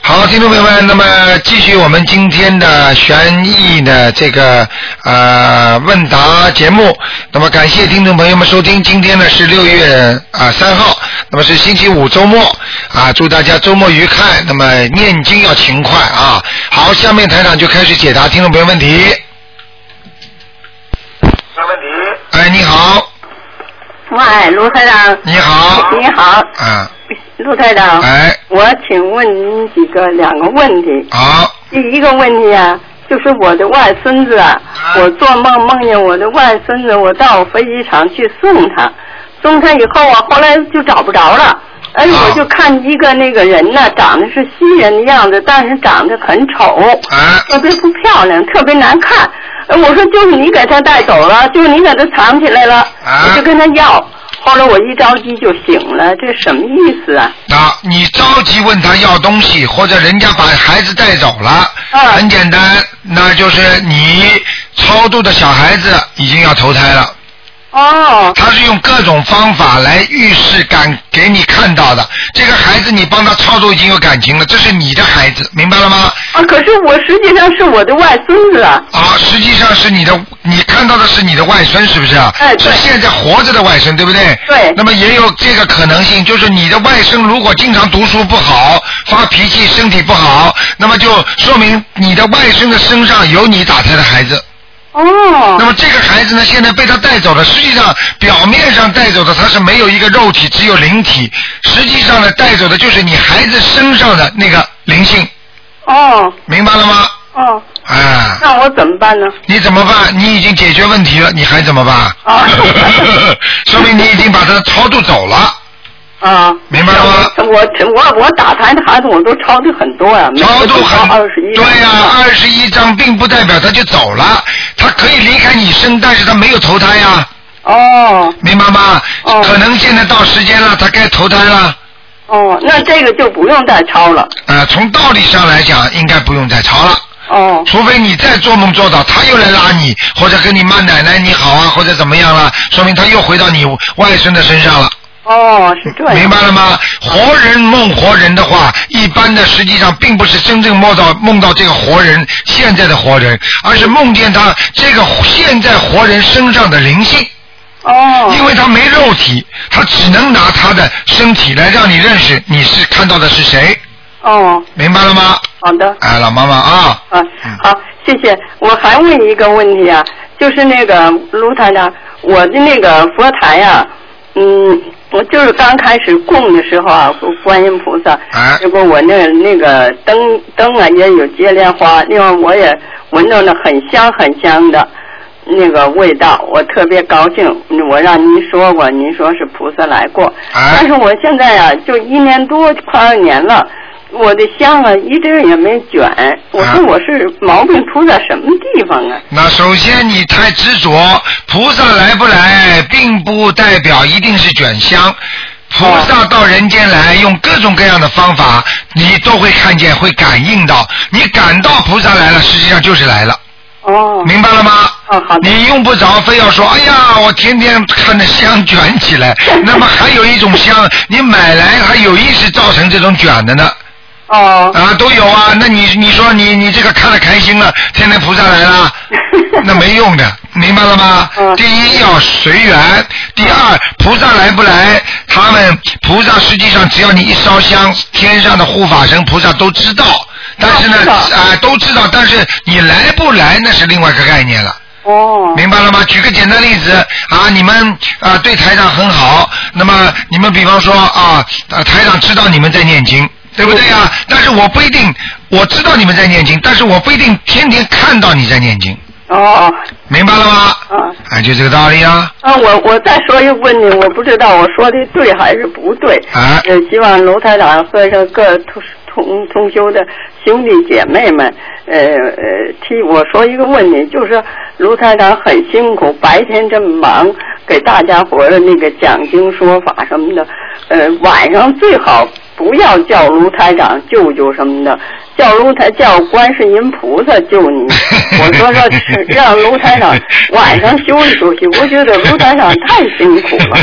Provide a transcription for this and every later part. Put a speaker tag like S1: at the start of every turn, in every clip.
S1: 好，听众朋友们，那么继续我们今天的悬疑的这个呃问答节目。那么感谢听众朋友们收听，今天呢是六月啊三、号，那么是星期五周末啊，祝大家周末愉快。那么念经要勤快啊。好，下面台长就开始解答听众朋友问题。
S2: 没问题。
S1: 哎，你好，
S3: 喂，卢台长，
S1: 你好，
S3: 你好，
S1: 啊，
S3: 卢台长，
S1: 哎，
S3: 我请问您几个两个问题。
S1: 好，
S3: 第一个问题啊，就是我的外孙子啊，
S1: 哎
S3: 我做梦梦见我的外孙子，我到飞机场去送他，送他以后啊，后来就找不着了。哎，
S1: 啊
S3: 我就看一个那个人呢、长得是西人的样子，但是长得很丑，
S1: 哎
S3: 特别不漂亮，特别难看。哎我说就是你给他带走了，就是你给他藏起来了，
S1: 啊
S3: 我就跟他要。后来我一着急就醒了，这什么意思啊？
S1: 啊，你着急问他要东西，或者人家把孩子带走了，很简单，那就是你超度的小孩子已经要投胎了。
S3: 哦，
S1: 他是用各种方法来预示感给你看到的。这个孩子你帮他超度已经有感情了，这是你的孩子，明白了吗？
S3: 啊，可是我实际上是我的外孙子啊。
S1: 啊，实际上是你的，你看到的是你的外孙，是不是啊？
S3: 哎对
S1: 是现在活着的外孙，对不对？
S3: 对
S1: 那么也有这个可能性，就是你的外甥如果经常读书不好、发脾气、身体不好，那么就说明你的外甥的身上有你打胎的孩子。
S3: 哦。
S1: 那么这个孩子呢，现在被他带走了。实际上，表面上带走的他是没有一个肉体，只有灵体。实际上呢，带走的就是你孩子身上的那个灵性，
S3: 哦
S1: 明白了吗？
S3: 哦，
S1: 啊。
S3: 那我怎么办呢？
S1: 你怎么办？你已经解决问题了，你还怎么办？啊， 说明你已经把他超度走了。
S3: 啊，
S1: 明白了吗？
S3: 我我我打胎的孩子我都超的很多呀、啊，超度很二十一，啊
S1: 对呀、二十一章并不代表他就走了，他可以离开你身，但是他没有投胎呀、
S3: 哦。
S1: 明白吗？哦。可能现在到时间了，他该投胎了。
S3: 哦，那这个就不用再超了。
S1: 呃，从道理上来讲，应该不用再吵了。
S3: 哦。
S1: 除非你再做梦做到他又来拉你，或者跟你骂奶奶你好啊，或者怎么样了，说明他又回到你外孙的身上了。
S3: 哦，是这样。
S1: 明白了吗？活人梦活人的话，一般的实际上并不是真正梦到梦到这个活人现在的活人，而是梦见他这个现在活人身上的灵性。
S3: 哦。
S1: 因为他没肉体，他只能拿他的身体来让你认识你是看到的是谁。
S3: 哦。
S1: 明白了吗？
S3: 好的。
S1: 哎，老妈妈啊，
S3: 啊，好，谢谢。我还问一个问题啊，就是那个卢台长，我的那个佛台啊，嗯，我就是刚开始供的时候啊，观音菩萨，
S4: 哎
S3: 结果我那那个灯灯啊也有接莲花，另外我也闻到了很香很香的那个味道，我特别高兴。我让您说过，您说是菩萨来过，但是 我现在啊，就一年多快二年了。我的香啊，一直也没卷。我
S1: 啊
S3: 说我是毛病出在什么地方啊？
S1: 那首先你太执着，菩萨来不来，并不代表一定是卷香。菩萨到人间来，用各种各样的方法，你都会看见，会感应到。你感到菩萨来了，实际上就是来了。
S3: 哦。
S1: 明白了吗？你用不着非要说，哎呀，我天天看着香卷起来。那么还有一种香，你买来还有意识造成这种卷的呢。
S3: 哦。
S1: 啊，都有啊。那你你说你你这个看了开心了，天天菩萨来了， 那没用的，明白了吗？第一要随缘，第二菩萨来不来，他们菩萨实际上只要你一烧香，天上的护法神菩萨都知道。但是呢，啊、都知道，但是你来不来那是另外一个概念了。
S3: 哦，
S1: 明白了吗？举个简单例子啊，你们啊、对台长很好，那么你们比方说啊、呃台长知道你们在念经，对不对呀、但是我不一定，我知道你们在念经，但是我不一定天天看到你在念经，
S3: 哦，
S1: 明白了吗？啊，就这个道理啊。
S3: 啊，我我再说一个问题，我不知道我说的对还是不对。
S1: 啊。
S3: 呃，希望卢台长和这各同同同修的兄弟姐妹们，呃呃，替我说一个问题，就是卢台长很辛苦，白天这么忙，给大家伙儿的那个讲经说法什么的，呃，晚上最好不要叫卢台长舅舅什么的，叫卢台叫观世音菩萨救你。我说让让卢台长晚上休息休息，我觉得卢台长太辛苦了。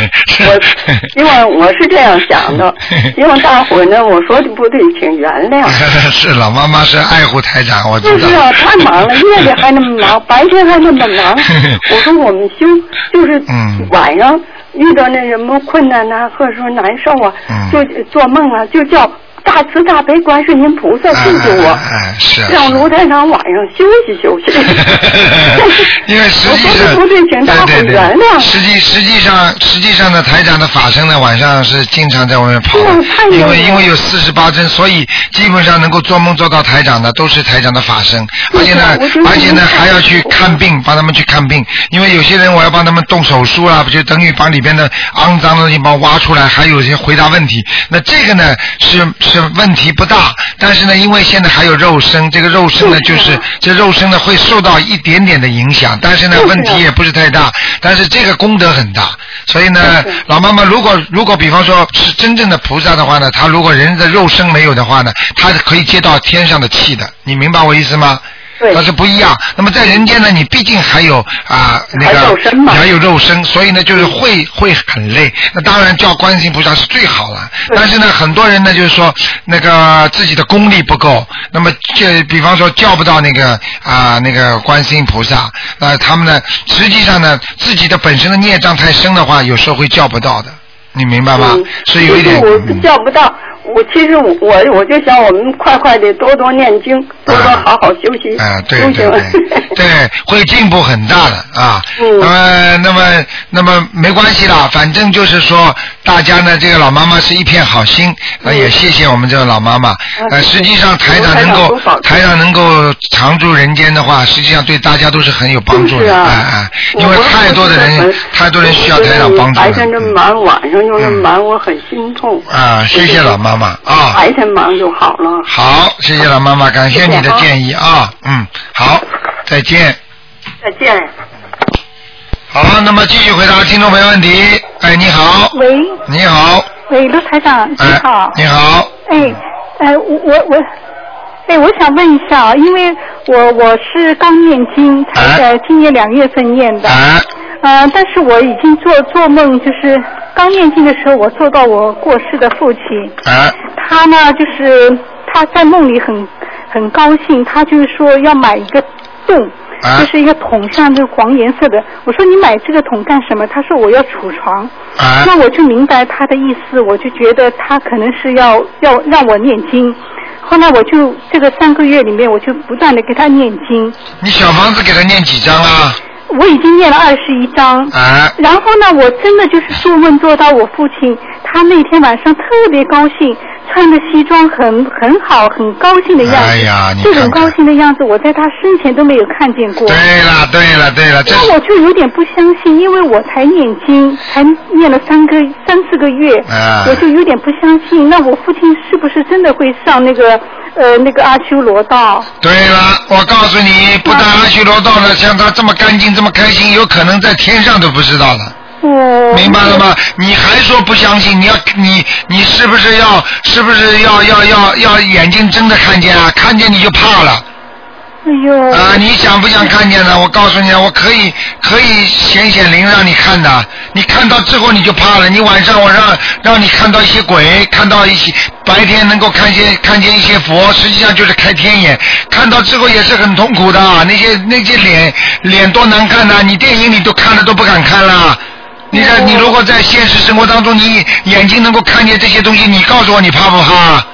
S3: 我 希望我是这样想的，希望大伙呢，我说的不对，请原谅。
S1: 是老妈妈是爱护台长，我知
S3: 道。就是啊，太忙了，夜里还那么忙，白天还那么忙。我说我们休就是晚上遇到那什么困难呐、啊，或者说难受啊，就做梦啊，就叫。大慈大悲观世音菩萨救救我！
S1: 哎，是
S3: 让卢台长晚上休息休息。
S1: 因为实际
S3: 上，不对，请大伙原谅。
S1: 实际实际上实际上呢，台长的法身呢，晚上是经常在外面跑，因为因为有四十八针，所以基本上能够做梦做到台长的都是台长的法身，而且呢，而且呢还要去看病，帮他们去看病，因为有些人我要帮他们动手术啊啦，不就等于把里边的肮脏的地方挖出来，还有些回答问题。那这个呢是。是问题不大，但是呢，因为现在还有肉身，这个肉身呢，就是这肉身呢会受到一点点的影响，但是呢，问题也不是太大，但是这个功德很大，所以呢，老妈妈如果如果比方说是真正的菩萨的话呢，他如果人的肉身没有的话呢，他可以接到天上的气的，你明白我意思吗？那是不一样。那么在人间呢，你毕竟还有啊、呃、那个
S3: 你
S1: 还有肉身，嗯所以呢就是会会很累。那当然叫观世音菩萨是最好了。但是呢，很多人呢就是说那个自己的功力不够，那么这比方说叫不到那个啊、呃、那个观世音菩萨，呃他们呢实际上呢自己的本身的孽障太深的话，有时候会叫不到的，你明白吗？是有一点。
S3: 嗯
S1: 嗯
S3: 我叫不到。我其实我我我就想我们快快的多多念经，多多好好休息，
S1: 啊、啊、对对 对，会进步很大的啊。嗯。那么那么那么没关系啦，反正就是说大家呢，这个老妈妈是一片好心，呃、嗯、也谢谢我们这个老妈妈。呃、啊，实际上台长能够台长能够常驻人间的话，实际上对大家都是很有帮助的，哎哎、啊，因为太多的人太多人需要台长帮助
S3: 白天这么忙，晚上又这么忙，我很心痛。
S1: 啊，谢谢老妈。妈妈啊，
S3: 白天忙就好了。
S1: 好，谢谢老妈妈，感谢你的建议啊，嗯，好，再见。
S3: 再见。
S1: 好，那么继续回答听众朋友问题。哎，你好。
S2: 喂。
S1: 你好。
S2: 喂，陆台长，你好。
S1: 哎你好。
S2: 哎，呃，我我，哎，我想问一下啊，因为我我是刚念经，才在今年两月份念的。
S1: 哎。
S2: 呃，但是我已经做做梦，就是刚念经的时候，我做到我过世的父亲。
S1: 啊。
S2: 他呢，就是他在梦里很很高兴，他就是说要买一个洞，
S1: 啊、
S2: 就是一个桶，像这个黄颜色的。我说你买这个桶干什么？他说我要储床。
S1: 啊。
S2: 那我就明白他的意思，我就觉得他可能是要要让我念经。后来我就这个三个月里面，我就不断的给他念经。
S1: 你小房子给他念几张啊？
S2: 我已经念了二十一章，
S1: 啊、
S2: 然后呢，我真的就是做梦做到我父亲，他那天晚上特别高兴，穿着西装很很好，很高兴的样子。
S1: 哎呀，
S2: 这种高兴的样子，我在他生前都没有看见过。
S1: 对了，对了，对了。
S2: 那我就有点不相信，因为我才念经，才念了三个三四个月，
S1: 啊、
S2: 我就有点不相信，那我父亲是不是真的会上那个？呃，那个阿修罗道。
S1: 对了，我告诉你，不但阿修罗道了，像他这么干净、这么开心，有可能在天上都不知道了。
S2: 哦。
S1: 明白了吗？你还说不相信？你要你你是不是要是不是要要要要眼睛睁着看见啊？看见你就怕了。
S2: 哎呦。
S1: 啊、呃，你想不想看见呢？我告诉你，我可以可以显显灵让你看的。你看到之后你就怕了。你晚上我让让你看到一些鬼，看到一些。白天能够看见看见一些佛，实际上就是开天眼。看到之后也是很痛苦的、啊，那些那些脸脸多难看呐、啊！你电影里都看了都不敢看啦。你看，你如果在现实生活当中，你眼睛能够看见这些东西，你告诉我你怕不怕？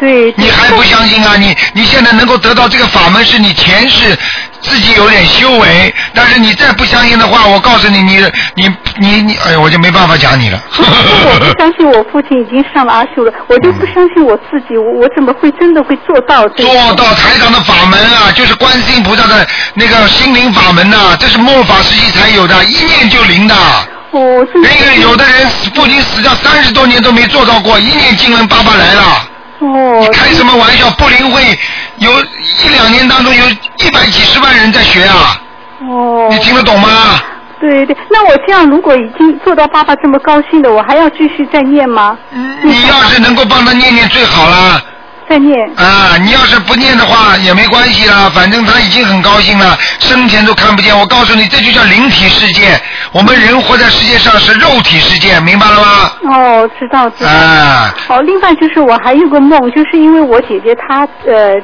S2: 对。
S1: 你还不 相信啊？你你现在能够得到这个法门，是你前世自己有点修为，但是你再不相信的话，我告诉你，你你你你，哎，我就没办法讲你了。
S2: 我不相信我父亲已经上了阿修了，我就不相信我自己，我我怎么会真的会做到？
S1: 做到台长的法门啊，就是观世音菩萨的那个心灵法门呐、啊，这是末法时期才有的，一念就灵的。
S2: 哦，
S1: 那个有的人不仅死掉三十多年都没做到过，一念经文爸爸来了。
S2: 哦，
S1: 你开什么玩笑？不灵会有一两年当中有一百几十万人在学啊！
S2: 哦，
S1: 你听得懂吗？
S2: 对对，那我这样如果已经做到爸爸这么高兴的，我还要继续再念吗？
S1: 嗯、你要是能够帮他念念最好啦。
S2: 在念。
S1: 啊，你要是不念的话也没关系啦，反正他已经很高兴了，生前都看不见。我告诉你，这就叫灵体世界。我们人活在世界上是肉体世界，明白了吗？
S2: 哦，知道知道。
S1: 啊。
S2: 哦，另外就是我还有个梦，就是因为我姐姐她呃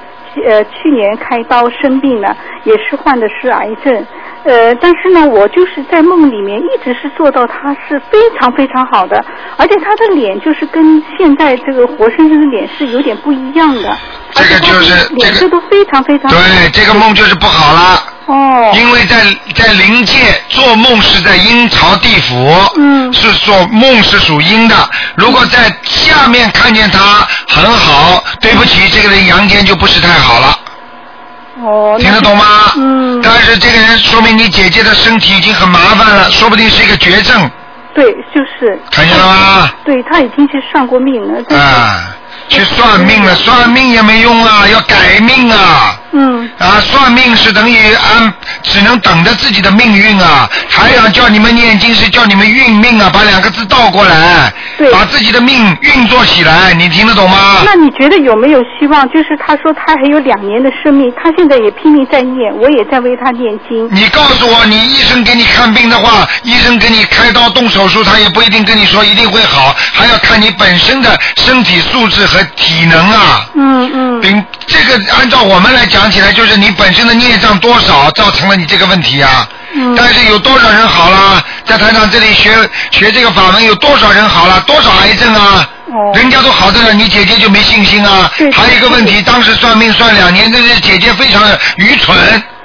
S2: 呃去年开刀生病了，也是患的是癌症。呃，但是呢，我就是在梦里面一直是做到她是非常非常好的，而且她的脸就是跟现在这个活生生的脸是有点不一样的，
S1: 这个就是
S2: 而且她的脸色都非常非常好
S1: 对，这个梦就是不好啦。
S2: 哦，
S1: 因为在在灵界做梦是在阴曹地府，
S2: 嗯
S1: 是做梦是属阴的。如果在下面看见他很好，对不起，这个人阳间就不是太好了，
S2: 哦，那
S1: 听得懂吗？
S2: 嗯
S1: 但是这个人说明你姐姐的身体已经很麻烦了，说不定是一个绝症，
S2: 对，就是。
S1: 看见了吗？
S2: 对他已经去算过命了，但是
S1: 啊，去算命了，算命也没用啊，要改命啊。
S2: 嗯，
S1: 啊，算命是等于安，只能等着自己的命运啊。台长叫你们念经是叫你们运命啊，把两个字倒过来，
S2: 对
S1: 把自己的命运作起来，你听得懂 吗？
S2: 那你觉得有没有希望？就是他说他还有两年的生命，他现在也拼命在念，我也在为他念经。
S1: 你告诉我，你医生给你看病的话，医生给你开刀动手术，他也不一定跟你说一定会好，还要看你本身的身体素质和体能啊。
S2: 嗯嗯，
S1: 并这个按照我们来讲起来，就是你本身的孽障多少造成了你这个问题啊。
S2: 嗯
S1: 但是有多少人好了？在台长这里学学这个法门，有多少人好了？多少癌症啊？
S2: 哦
S1: 人家都好着了，你姐姐就没信心啊
S2: 对。对
S1: 还有一个问题，当时算命算两年，这是姐姐非常的愚蠢。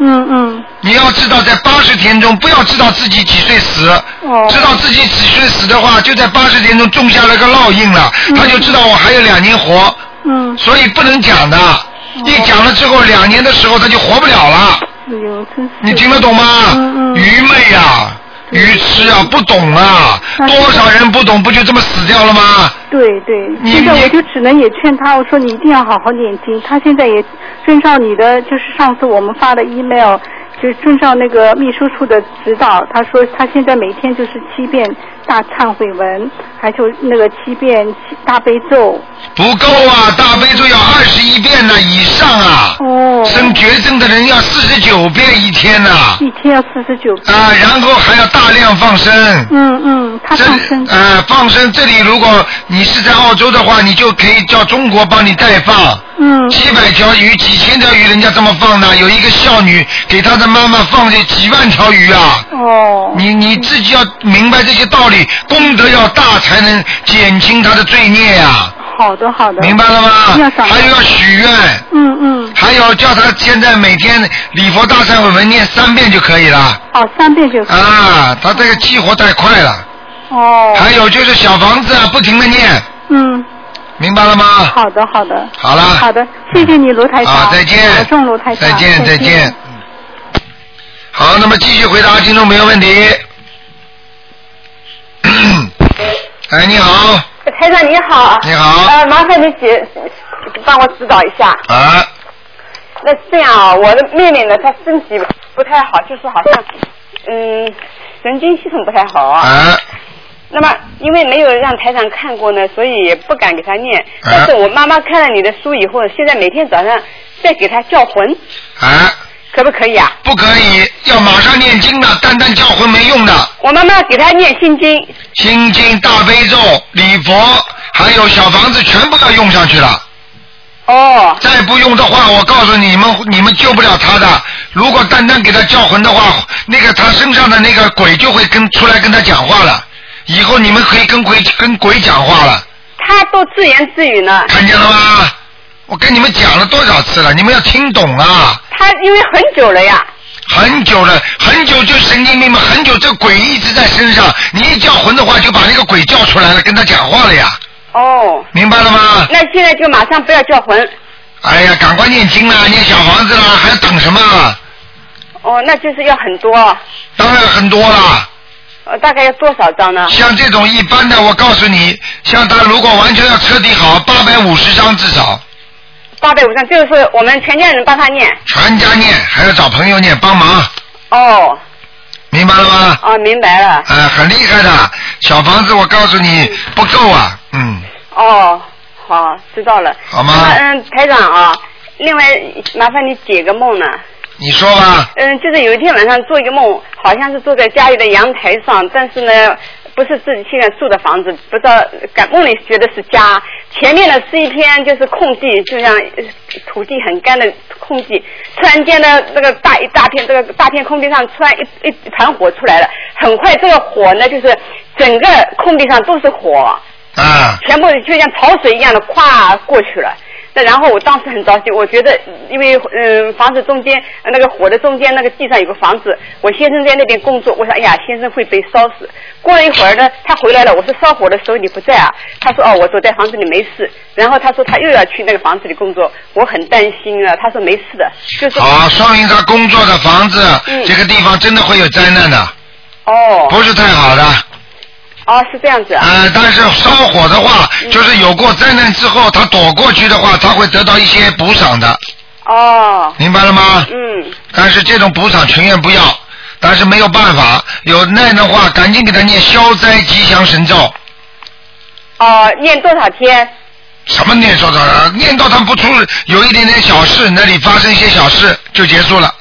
S2: 嗯嗯，
S1: 你要知道，在八十天中，不要知道自己几岁死，
S2: 哦
S1: 知道自己几岁死的话，就在八十天中种下了个烙印了。他就知道我还有两年活。
S2: 嗯，
S1: 所以不能讲的。
S2: 哦
S1: 一讲了之后，两年的时候他就活不了了，
S2: 哎呦，真是。
S1: 你听得懂吗？
S2: 嗯嗯
S1: 愚昧啊，愚痴啊，不懂啊，
S2: 那是
S1: 多少人不懂，不就这么死掉了吗？
S2: 对对，
S1: 你
S2: 现在
S1: 你
S2: 我就只能也劝他，我说你一定要好好念经。他现在也遵照你的，就是上次我们发的 email，就是遵照那个秘书处的指导。他说他现在每天就是七遍大忏悔文，还就那个七遍大悲咒。
S1: 不够啊，大悲咒要二十一遍呢、以上啊，
S2: 哦，
S1: 生绝症的人要四十九遍一天呢、啊，
S2: 一天要四十九。
S1: 然后还要大量放生。
S2: 嗯嗯，他
S1: 这
S2: 上升。
S1: 呃，放生这里，如果你是在澳洲的话，你就可以叫中国帮你代放。
S2: 嗯
S1: 几百条鱼、几千条鱼，人家这么放的。有一个孝女给她的妈妈放了几万条鱼啊！
S2: 哦。
S1: 你你自己要明白这些道理，功德要大才能减轻她的罪孽呀、
S2: 好的好的。
S1: 明白了吗
S2: 要？长
S1: 还有要许愿，
S2: 嗯嗯，
S1: 还有叫她现在每天礼佛大忏悔文念三遍就可以了
S2: 哦，三遍就可以。
S1: 啊！她这个激活太快了。
S2: 哦。
S1: 还有就是小房子啊，不停的念，
S2: 嗯，
S1: 明白了吗？
S2: 好的好的。
S1: 好了，
S2: 好的，谢谢你卢台长。
S1: 啊，再见。
S2: 保重卢台长。
S1: 再见，再见。嗯好，那么继续回答听众朋友问题。哎，你好，
S4: 台长你好。
S1: 你好，
S4: 呃，麻烦你解，帮我指导一下。
S1: 啊，
S4: 那这样啊，我的妹妹呢，她身体不太好，就是好像，嗯，神经系统不太好啊。
S1: 啊，
S4: 那么因为没有让台长看过呢，所以也不敢给她念。
S1: 啊
S4: 但是我妈妈看了你的书以后，现在每天早上再给她叫魂，
S1: 啊，
S4: 可不可以啊？
S1: 不可以，要马上念经的，单单叫魂没用的，
S4: 我妈妈给她念心经，
S1: 心经、大悲咒、礼佛，还有小房子，全部要用上去了。
S4: 哦，
S1: 再不用的话，我告诉你们，你们救不了他的。如果单单给他叫魂的话，那个他身上的那个鬼就会跟出来跟他讲话了。以后你们可以跟鬼跟鬼讲话了，
S4: 她都自言自语呢。
S1: 看见了吗？我跟你们讲了多少次了，你们要听懂啊！
S4: 她因为很久了呀，
S1: 很久了，很久就神经病嘛，很久这鬼一直在身上，你一叫魂的话，就把那个鬼叫出来了，跟他讲话了呀，
S4: 哦，
S1: 明白了吗？
S4: 那现在就马上不要叫魂。
S1: 哎呀，赶快念经啦，念小房子啦，还要等什么啊？
S4: 哦，那就是要很多，
S1: 当然很多啦。
S4: 呃，大概要多少张
S3: 啊
S4: 呢？
S1: 像这种一般的，我告诉你，像他如果完全要彻底好，八百五十张至少，
S4: 八百五张，就是我们全家人帮他念。
S1: 全家念，还要找朋友念帮忙，
S4: 哦，
S1: 明白了吗？
S4: 哦，明白了。
S1: 啊呃，很厉害的，小房子我告诉你不够啊，嗯，
S4: 哦，
S5: 好，知道了。
S1: 好吗
S5: 那么嗯，台长啊，另外麻烦你解个梦呢。
S1: 你说吧，
S5: 嗯，就是有一天晚上做一个梦，好像是坐在家里的阳台上，但是呢，不是自己现在住的房子，不知道感梦里觉得是家，前面呢是一片就是空地，就像呃土地很干的空地，突然间呢，那个大一大片这个大片空地上突然一一一团火出来了，很快这个火呢就是整个空地上都是火，
S1: 啊，
S5: 全部就像潮水一样的跨过去了。那然后我当时很着急，我觉得因为嗯、房子中间呃那个火的中间那个地上有个房子，我先生在那边工作，我想哎呀先生会被烧死。过了一会儿呢，他回来了，我说烧火的时候你不在啊，他说哦我躲在房子里没事。然后他说他又要去那个房子里工作，我很担心啊，他说没事的，就是
S1: 好，啊说明他工作的房子、
S5: 嗯
S1: 这个地方真的会有灾难的，
S5: 哦
S1: 不是太好的。
S5: 哦是这样子啊，
S1: 呃，但是烧火的话，就是有过灾难之后，他躲过去的话，他会得到一些补偿的，
S5: 哦
S1: 明白了吗？
S5: 嗯
S1: 但是这种补偿情愿不要，但是没有办法，有难的话赶紧给他念消灾吉祥神咒。
S5: 哦念多少天？
S1: 什么念咒的？念到他不出有一点点小事，那里发生一些小事就结束了，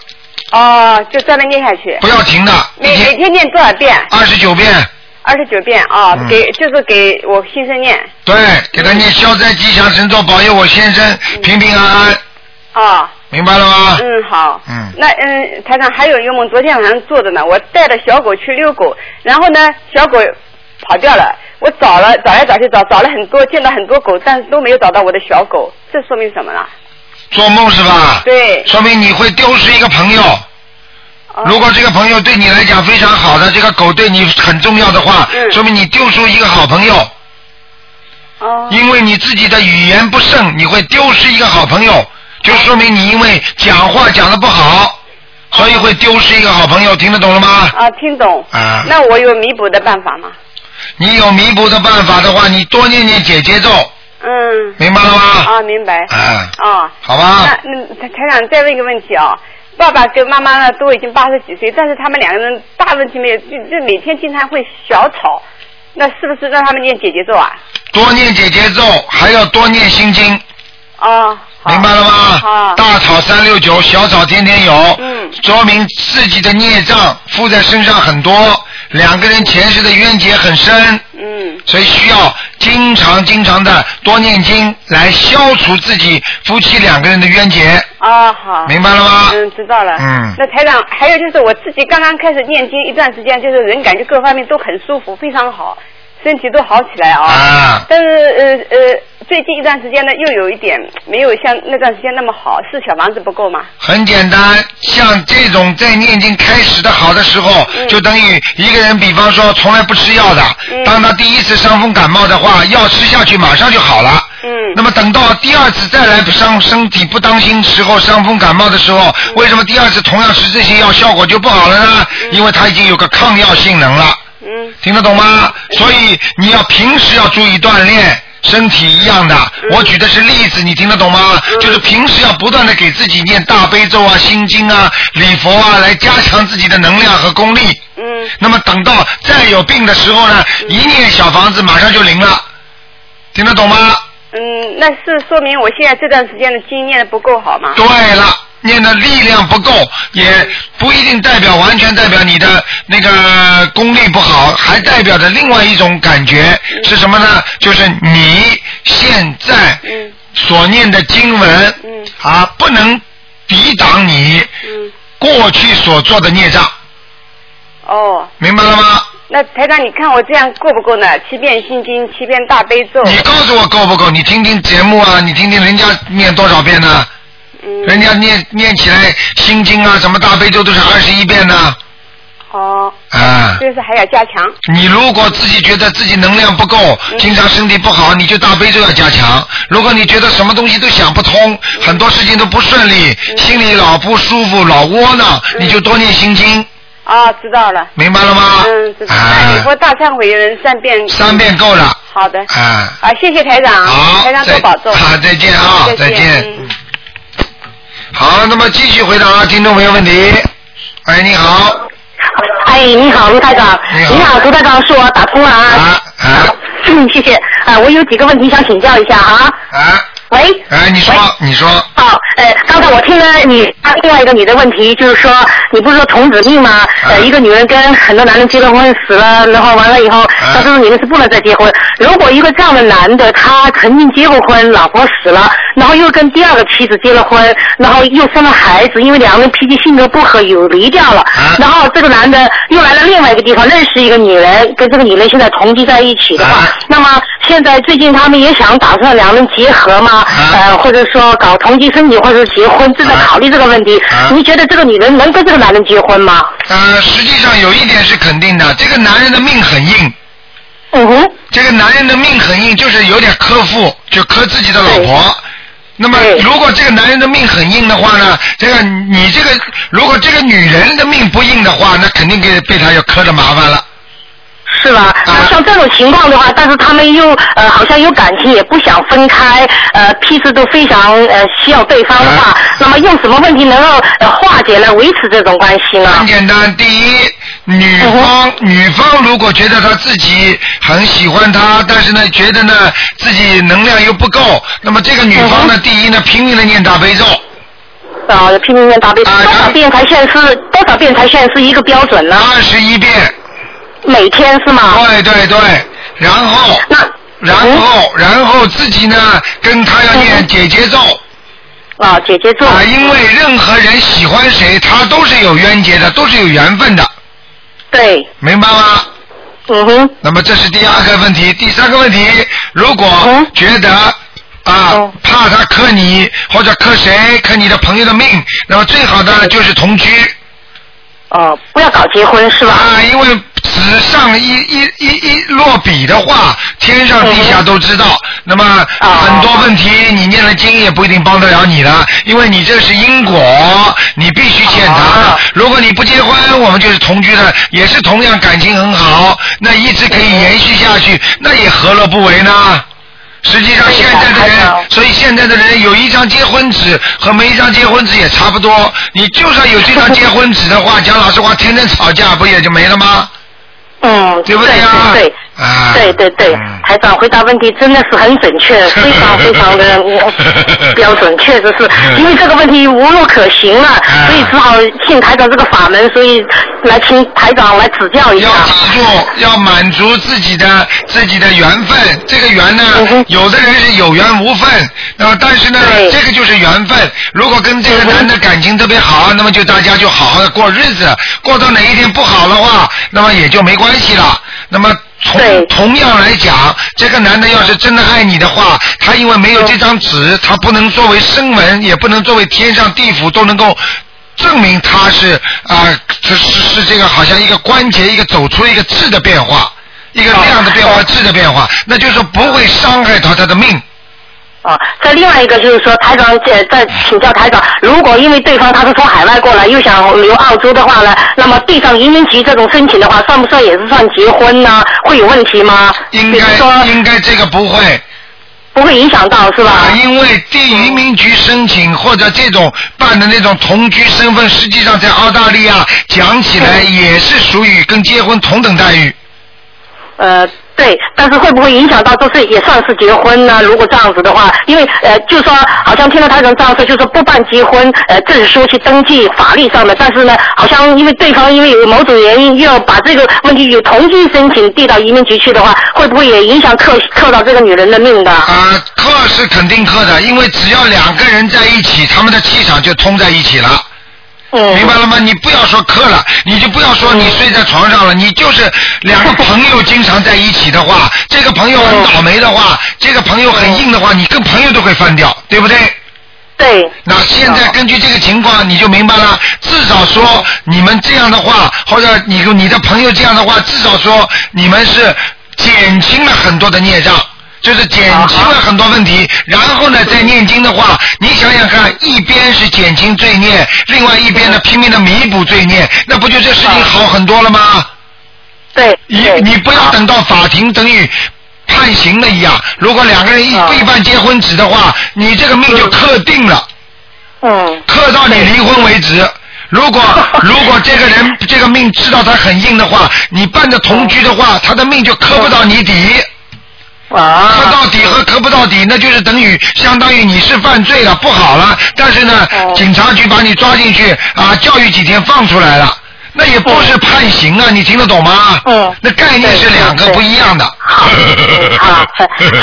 S5: 哦就照着念下去，
S1: 不要停的，一
S5: 每每
S1: 天
S5: 天念多少遍？
S1: 二十九遍，
S5: 二十九遍啊，
S1: 嗯
S5: 给就是给我先生念
S1: 对，给他念消灾吉祥神咒，保佑我先生平平安安，
S5: 啊，
S1: 明白了吗？
S5: 嗯好，
S1: 嗯
S5: 那嗯台长还有一个梦，昨天晚上做的呢，我带着小狗去遛狗，然后呢小狗跑掉了，我找了找来找去找，找了很多，见到很多狗，但是都没有找到我的小狗，这说明什么呢？
S1: 做梦是吧？
S5: 对，
S1: 说明你会丢失一个朋友。
S5: 啊
S1: 如果这个朋友对你来讲非常好的，这个狗对你很重要的话，
S5: 嗯
S1: 说明你丢出一个好朋友，
S5: 哦
S1: 因为你自己的语言不慎，你会丢失一个好朋友，
S5: 哦
S1: 就说明你因为讲话讲的不好，所以会丢失一个好朋友，听得懂了吗？
S5: 啊听懂，
S1: 啊，
S5: 那我有弥补的办法吗？
S1: 你有弥补的办法的话，你多念念姐姐咒，
S5: 嗯，
S1: 明白了吗？
S5: 啊明白，
S1: 啊，
S5: 啊。
S1: 好吧
S5: 那，那台台长再问一个问题啊，爸爸跟妈妈呢都已经八十几岁，但是他们两个人大问题没有，就就每天经常会小吵，那是不是让他们念姐姐咒啊？
S1: 多念姐姐咒，还要多念心经。
S5: 哦，好
S1: 明白了吗
S5: 好？
S1: 大草三六九，小草天天有。
S5: 嗯
S1: 说明自己的孽障附在身上很多，两个人前世的冤结很深，
S5: 嗯，
S1: 所以需要经常经常的多念经来消除自己夫妻两个人的冤结，
S5: 啊好。
S1: 明白了吗？
S5: 嗯，知道了。
S1: 嗯
S5: 那台长，还有就是我自己刚刚开始念经一段时间，就是人感觉各方面都很舒服，非常好，身体都好起来啊。
S1: 啊，
S5: 但是呃呃，最近一段时间呢，又有一点没有像那段时间那么好，是小房子不够吗？
S1: 很简单，像这种在念经开始的好的时候，
S5: 嗯
S1: 就等于一个人，比方说从来不吃药的，
S5: 嗯
S1: 当他第一次伤风感冒的话，药吃下去马上就好了。
S5: 嗯
S1: 那么等到第二次再来伤身体不当心时候伤风感冒的时候，
S5: 嗯
S1: 为什么第二次同样吃这些药效果就不好了呢？因为它已经有个抗药性能了，
S5: 嗯
S1: 听得懂吗？所以你要平时要注意锻炼。身体一样的，我举的是例子，你听得懂吗？就是平时要不断的给自己念大悲咒啊、心经啊、礼佛啊，来加强自己的能量和功力。
S5: 嗯。
S1: 那么等到再有病的时候呢，一念小房子马上就灵了，听得懂吗？
S5: 嗯，那是说明我现在这段时间的经验不够好吗？
S1: 对了，念的力量不够，也不一定代表完全代表你的那个功力不好，还代表着另外一种感觉是什么呢？就是你现在
S5: 嗯
S1: 所念的经文
S5: 嗯
S1: 啊，不能抵挡你
S5: 嗯，
S1: 过去所做的孽障，
S5: 哦，
S1: 明白了吗？
S5: 那台长，你看我这样够不够呢？七遍心经，七遍大悲咒，
S1: 你告诉我够不够？你听听节目啊，你听听人家念多少遍呢、
S5: 嗯，
S1: 人家念念起来心经啊，什么大悲咒都是二十一遍呢、
S5: 哦，
S1: 啊。
S5: 就是还要加强，
S1: 你如果自己觉得自己能量不够，
S5: 嗯
S1: 经常身体不好，你就大悲咒要加强。如果你觉得什么东西都想不
S5: 嗯
S1: 通，很多事情都不顺利，心里老不舒服、老窝囊，
S5: 嗯
S1: 你就多念心经，
S5: 啊、知道了，
S1: 明白了吗？
S5: 嗯，知道。那以
S1: 啊
S5: 后，大忏悔人三遍，嗯
S1: 三遍够了。
S5: 好的，
S1: 啊，
S5: 啊，谢谢台长，
S1: 好，
S5: 台长
S1: 再
S5: 多保重，
S1: 好，再见啊，再
S5: 再
S1: 见。
S5: 嗯
S1: 好，那么继续回答听众朋友问题。哎，你好，
S6: 哎，你好，卢台长。
S1: 你好
S6: 卢台长，是我打通了啊。
S1: 啊啊，
S6: 嗯，谢谢。
S5: 啊，我有几个问题想请教一下啊。
S1: 啊。
S5: 喂。
S1: 哎，你说
S5: 喂，
S1: 你说，
S5: 哦，呃，刚才我听了你啊另外一个你的问题，就是说你不是说童子命吗？
S1: 啊
S5: 呃，一个女人跟很多男人结了婚死了，然后完了以
S1: 啊
S5: 后，他说你们是不能再结婚。如果一个这样的男的，他曾经结过婚，老婆死了，然后又跟第二个妻子结了婚，然后又生了孩子，因为两个人脾气性格不合，有离掉了。
S1: 啊
S5: 然后这个男的又来了另外一个地方，认识一个女人，跟这个女人现在同居在一起的话，
S1: 啊
S5: 那么现在最近他们也想打算两人结合吗？呃，或者说搞同居生子，或者结婚，正在
S1: 啊
S5: 考虑这个问题。
S1: 啊
S5: 你觉得这个女人能跟这个男人结婚吗？
S1: 呃，实际上有一点是肯定的，这个男人的命很硬，
S5: 嗯哼，
S1: 这个男人的命很硬，就是有点克父，就克自己的老婆。那么，
S5: 对
S1: 如果这个男人的命很硬的话呢，这个你这个如果这个女人的命不硬的话，那肯定给被他要磕的麻烦了。
S5: 是吧？
S1: 啊
S5: 那像这种情况的话，但是他们又呃好像有感情，也不想分开，呃，彼此都非常呃需要对方的话，
S1: 啊
S5: 那么用什么问题能够、呃、化解来维持这种关系
S1: 很
S5: 呢？
S1: 简单，第一，女方、女方如果觉得她自己很喜欢他，但是呢，觉得呢自己能量又不够，那么这个女方呢，第一呢，拼命的念大悲咒，
S5: 啊、拼命念大悲，
S1: 啊然
S5: 多少
S1: 后
S5: 遍才算是多少遍才算是一个标准呢？
S1: 二十一遍，
S5: 每天是吗？
S1: 对对对，然后
S5: 那
S1: 然
S5: 嗯
S1: 后然后自己呢跟他要念姐姐咒
S5: 啊，姐姐做
S1: 啊，因为任何人喜欢谁，他都是有冤结的，都是有缘分的，
S5: 对，
S1: 明白吗？
S5: 嗯哼，
S1: 那么这是第二个问题，第三个问题，如果
S5: 嗯
S1: 觉得啊
S5: 嗯
S1: 怕他克你或者克谁克你的朋友的命，那么最好
S5: 嗯
S1: 的就是同居
S5: 哦，不要搞结婚是吧？
S1: 啊，因为纸上一一一一落笔的话，天上地
S5: 嗯
S1: 下都知道。那么
S5: 啊
S1: 很多问题你念了经也不一定帮得了你了，因为你这是因果，你必须欠他的
S5: 啊。
S1: 如果你不结婚，我们就是同居的，也是同样感情很好，那一直可以延续下去，那也何乐不为呢？实际上，现在的
S5: 明白
S1: 人，所以现在的人有一张结婚纸和没一张结婚纸也差不多。你就算有这张结婚纸的话，讲老实话，天天吵架不也就没了吗？
S5: 嗯，
S1: 对不
S5: 对
S1: 呀？
S5: 对对。
S1: 啊，
S5: 对对对
S1: 嗯，
S5: 台长回答问题真的是很准确， 非常非常的嗯标准，确实是
S1: 嗯
S5: 因为这个问题无路可行了，
S1: 啊
S5: 所以只好信台长这个法门，所以来请台长来指教一下
S1: 要。记住，要满足自己的自己的缘分。这个缘呢
S5: 嗯，哼
S1: 有的人是有缘无分，那么但是呢，
S5: 对嗯
S1: 这个就是缘分。如果跟这个男的感情特别好，那么就大家就好好的过日子。过到哪一天不好的话，那么也就没关系了。那么。
S5: 对
S1: 同同样来讲，这个男的要是真的爱你的话，他因为没有
S5: 嗯
S1: 这张纸，他不能作为声闻，也不能作为天上地府都能够证明他是啊、这是是这个好像一个关节一个走出一个质的变化，一个量的变
S5: 哦
S1: 化、质的变化，那就是说不会伤害到他的命。
S5: 啊，再另外一个就是说，台长呃，再请教台长，如果因为对方他是从海外过来，又想留澳洲的话呢，那么对上移民局这种申请的话，算不算也是算结婚呢？会有问题吗？
S1: 应
S5: 比如说
S1: 该应该这个不会
S5: 不会影响到是吧
S1: 啊，？因为地移民局申请或者这种办的那种同居身份，实际上在澳大利亚讲起来也是属于跟结婚同等待遇。
S5: 呃，对，但是会不会影响到，就是也算是结婚呢？如果这样子的话，因为呃，就说好像听到台长这样说，就说不办结婚，呃，证书去登记法律上的，但是呢，好像因为对方因为有某种原因，又要把这个问题有同居申请递到移民局去的话，会不会也影响克克到这个女人的命的？
S1: 啊，克是肯定克的，因为只要两个人在一起，他们的气场就通在一起了。
S5: 嗯，
S1: 明白了吗？你不要说磕了，你就不要说你睡在床上了，你就是两个朋友经常在一起的话，这个朋友很倒霉的话，这个朋友很硬的话，你跟朋友都会翻掉，对不对？
S5: 对，
S1: 那现在根据这个情况，你就明白了。至少说你们这样的话，或者你跟你的朋友这样的话，至少说你们是减轻了很多的孽障，就是减轻了很多问题。然后呢，再念经的话，你想想看，一边是减轻罪孽，另外一边呢拼命的弥补罪孽，那不就这事情好很多了吗？
S5: 对，
S1: 你
S5: 对
S1: 你不要等到法庭等于判刑了一样。如果两个人一
S5: 啊
S1: 对半结婚纸的话，你这个命就克定了。
S5: 嗯，
S1: 克到你离婚为止。如 果如果这个人这个命知道他很硬的话，你办的同居的话，他的命就克不到你底。
S5: 啊
S1: 磕到底和磕不到底，那就是等于相当于你是犯罪了，不好了。但是呢，
S5: 哦
S1: 警察局把你抓进去啊，教育几天放出来了，那也不是判刑啊，你听得懂吗？
S5: 哦嗯
S1: 那概念是两个不一样的。
S5: 好， 嗯好，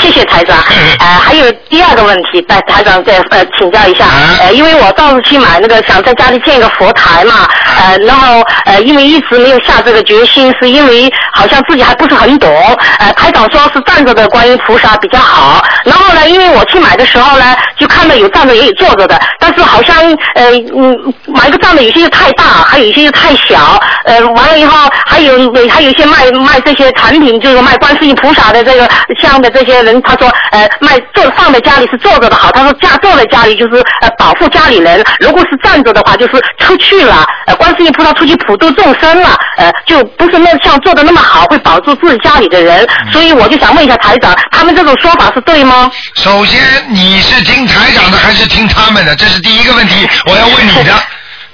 S5: 谢谢台长。呃，还有第二个问题，台台长再呃请教一下。呃，因为我到处去买那个，想在家里建一个佛台嘛。呃，然后呃，因为一直没有下这个决心，是因为好像自己还不是很懂。呃，台长说是站着的观音菩萨比较好。然后呢，因为我去买的时候呢，就看到有站着也有坐着的，但是好像呃嗯，买一个站着有些又太大，还有一些又太小。呃，完了以后还有还有一些卖卖这些产品，就是卖观世音菩萨的这个像的这些人，他说呃卖坐放在家里是坐着的好，他说家坐在家里就是呃保护家里人，如果是站着的话就是出去了，呃观世音菩萨出去普度众生了，呃就不是那像做的那么好，会保住自己家里的人，所以我就想问一下台长，他们这种说法是对吗？
S1: 首先，你是听台长的还是听他们的？这是第一个问题，我要问你的。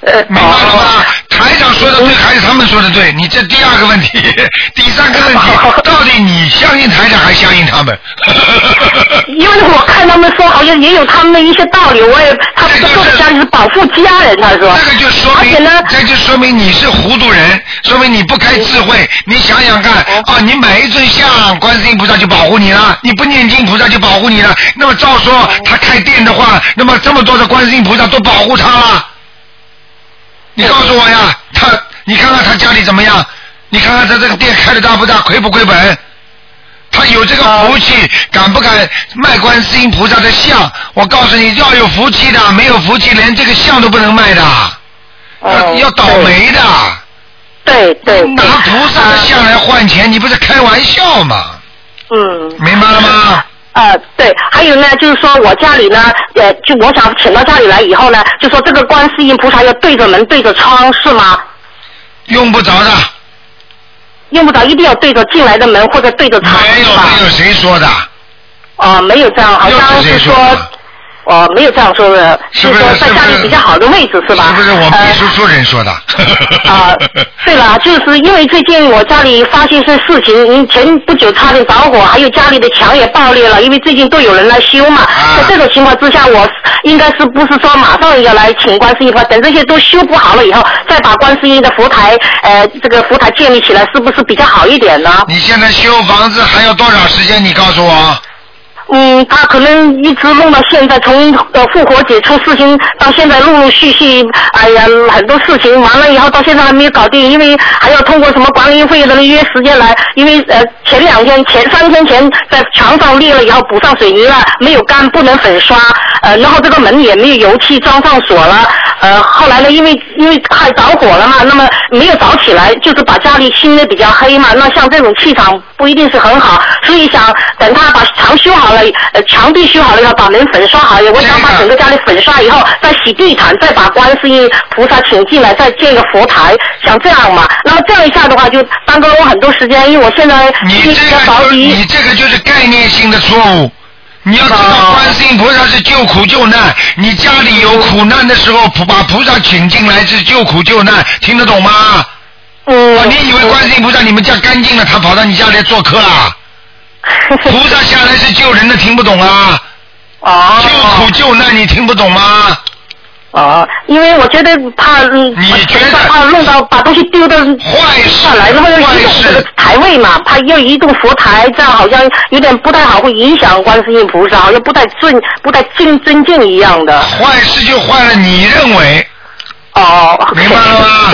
S5: 呃
S1: 明白了
S5: 哦
S1: 吗？台长说的对还是他们说的对？你这第二个问题， 第三个问题，到底你相信台长还相信他们？
S5: 因为我看他们说好像也有他们的一些道理，我也他们坐在家里是保护家人，他说。
S1: 这就说明，这就说明你是糊涂人，说明你不开智慧。你想想看，啊，你买一尊像，观世音菩萨就保护你了；你不念经，菩萨就保护你了。那么照说他开店的话，那么这么多的观世音菩萨都保护他了。你告诉我呀，他，你看看他家里怎么样？你看看他这个店开的大不大，亏不亏本？他有这个福气，敢不敢卖观世音菩萨的像？我告诉你，要有福气的，没有福气连这个像都不能卖的，要要倒霉的。
S5: 对哦对。
S1: 拿菩萨的像来换钱，你不是开玩笑吗？
S5: 嗯。
S1: 明白了吗？
S5: 呃，对，还有呢，就是说我家里呢，呃，就我想请到家里来以后呢，就说这个观世音菩萨要对着门、对着窗，是吗？
S1: 用不着的。
S5: 用不着，一定要对着进来的门或者对着窗，
S1: 没有
S5: 是吧？
S1: 没有，谁说的？
S5: 哦、没有这样，好像
S1: 谁
S5: 是
S1: 说
S5: 说，
S1: 的？
S5: 哦、没有这样说的，
S1: 是
S5: 是
S1: 不是
S5: 说在家里比较好的位置，是吧？
S1: 是不
S5: 呃
S1: 是我们秘书处人说的？
S5: 啊、 对了，就是因为最近我家里发生一些事情，嗯前不久差点着火，还有家里的墙也爆裂了，因为最近都有人来修嘛。在这种情况之下，我应该是不是说马上要来请观世音菩萨？等这些都修不好了以后，再把观世音的佛台，呃，这个佛台建立起来，是不是比较好一点呢？
S1: 你现在修房子还要多少时间？你告诉我。
S5: 嗯，他可能一直弄到现在，从呃复活节出事情到现在，陆陆续续，哎呀，很多事情完了以后，到现在还没有搞定，因为还要通过什么管理费的人约时间来，因为呃前两天前三天前在墙上裂了以后补上水泥了，没有干，不能粉刷，呃，然后这个门也没有油漆，装上锁了，呃，后来呢，因为因为快着火了嘛，那么没有着起来，就是把家里熏的比较黑嘛。那像这种气场不一定是很好，所以想等他把墙修好了，呃，墙壁修好了以后，把门粉刷好了，我想把整个家里粉刷以后，再洗地毯，再把观世音菩萨请进来，再建个佛台，想这样嘛。那么这样一下的话，就耽搁了我很多时间，因为我现在
S1: 你这个就你这个就是概念性的错误。你要知
S5: 哦
S1: 道，观世音菩萨是救苦救难。你家里有苦难的时候，菩把菩萨请进来是救苦救难，听得懂吗？
S5: 嗯。
S1: 你以为观世音菩萨你们家干净了，他跑到你家来做客 啊？菩萨下来是救人的，听不懂啊？
S5: 哦。
S1: 救苦救难，你听不懂吗？
S5: 哦，因为我觉得怕，嗯，我觉得怕弄到把
S1: 啊
S5: 东西丢的下来，然后又移动这个台位嘛，怕又移动佛台，这样好像有点不太好，会影响观世音菩萨，好像不太尊不太敬尊敬一样的。
S1: 坏事就坏了，你认为？
S5: 哦，
S1: 明白了吗？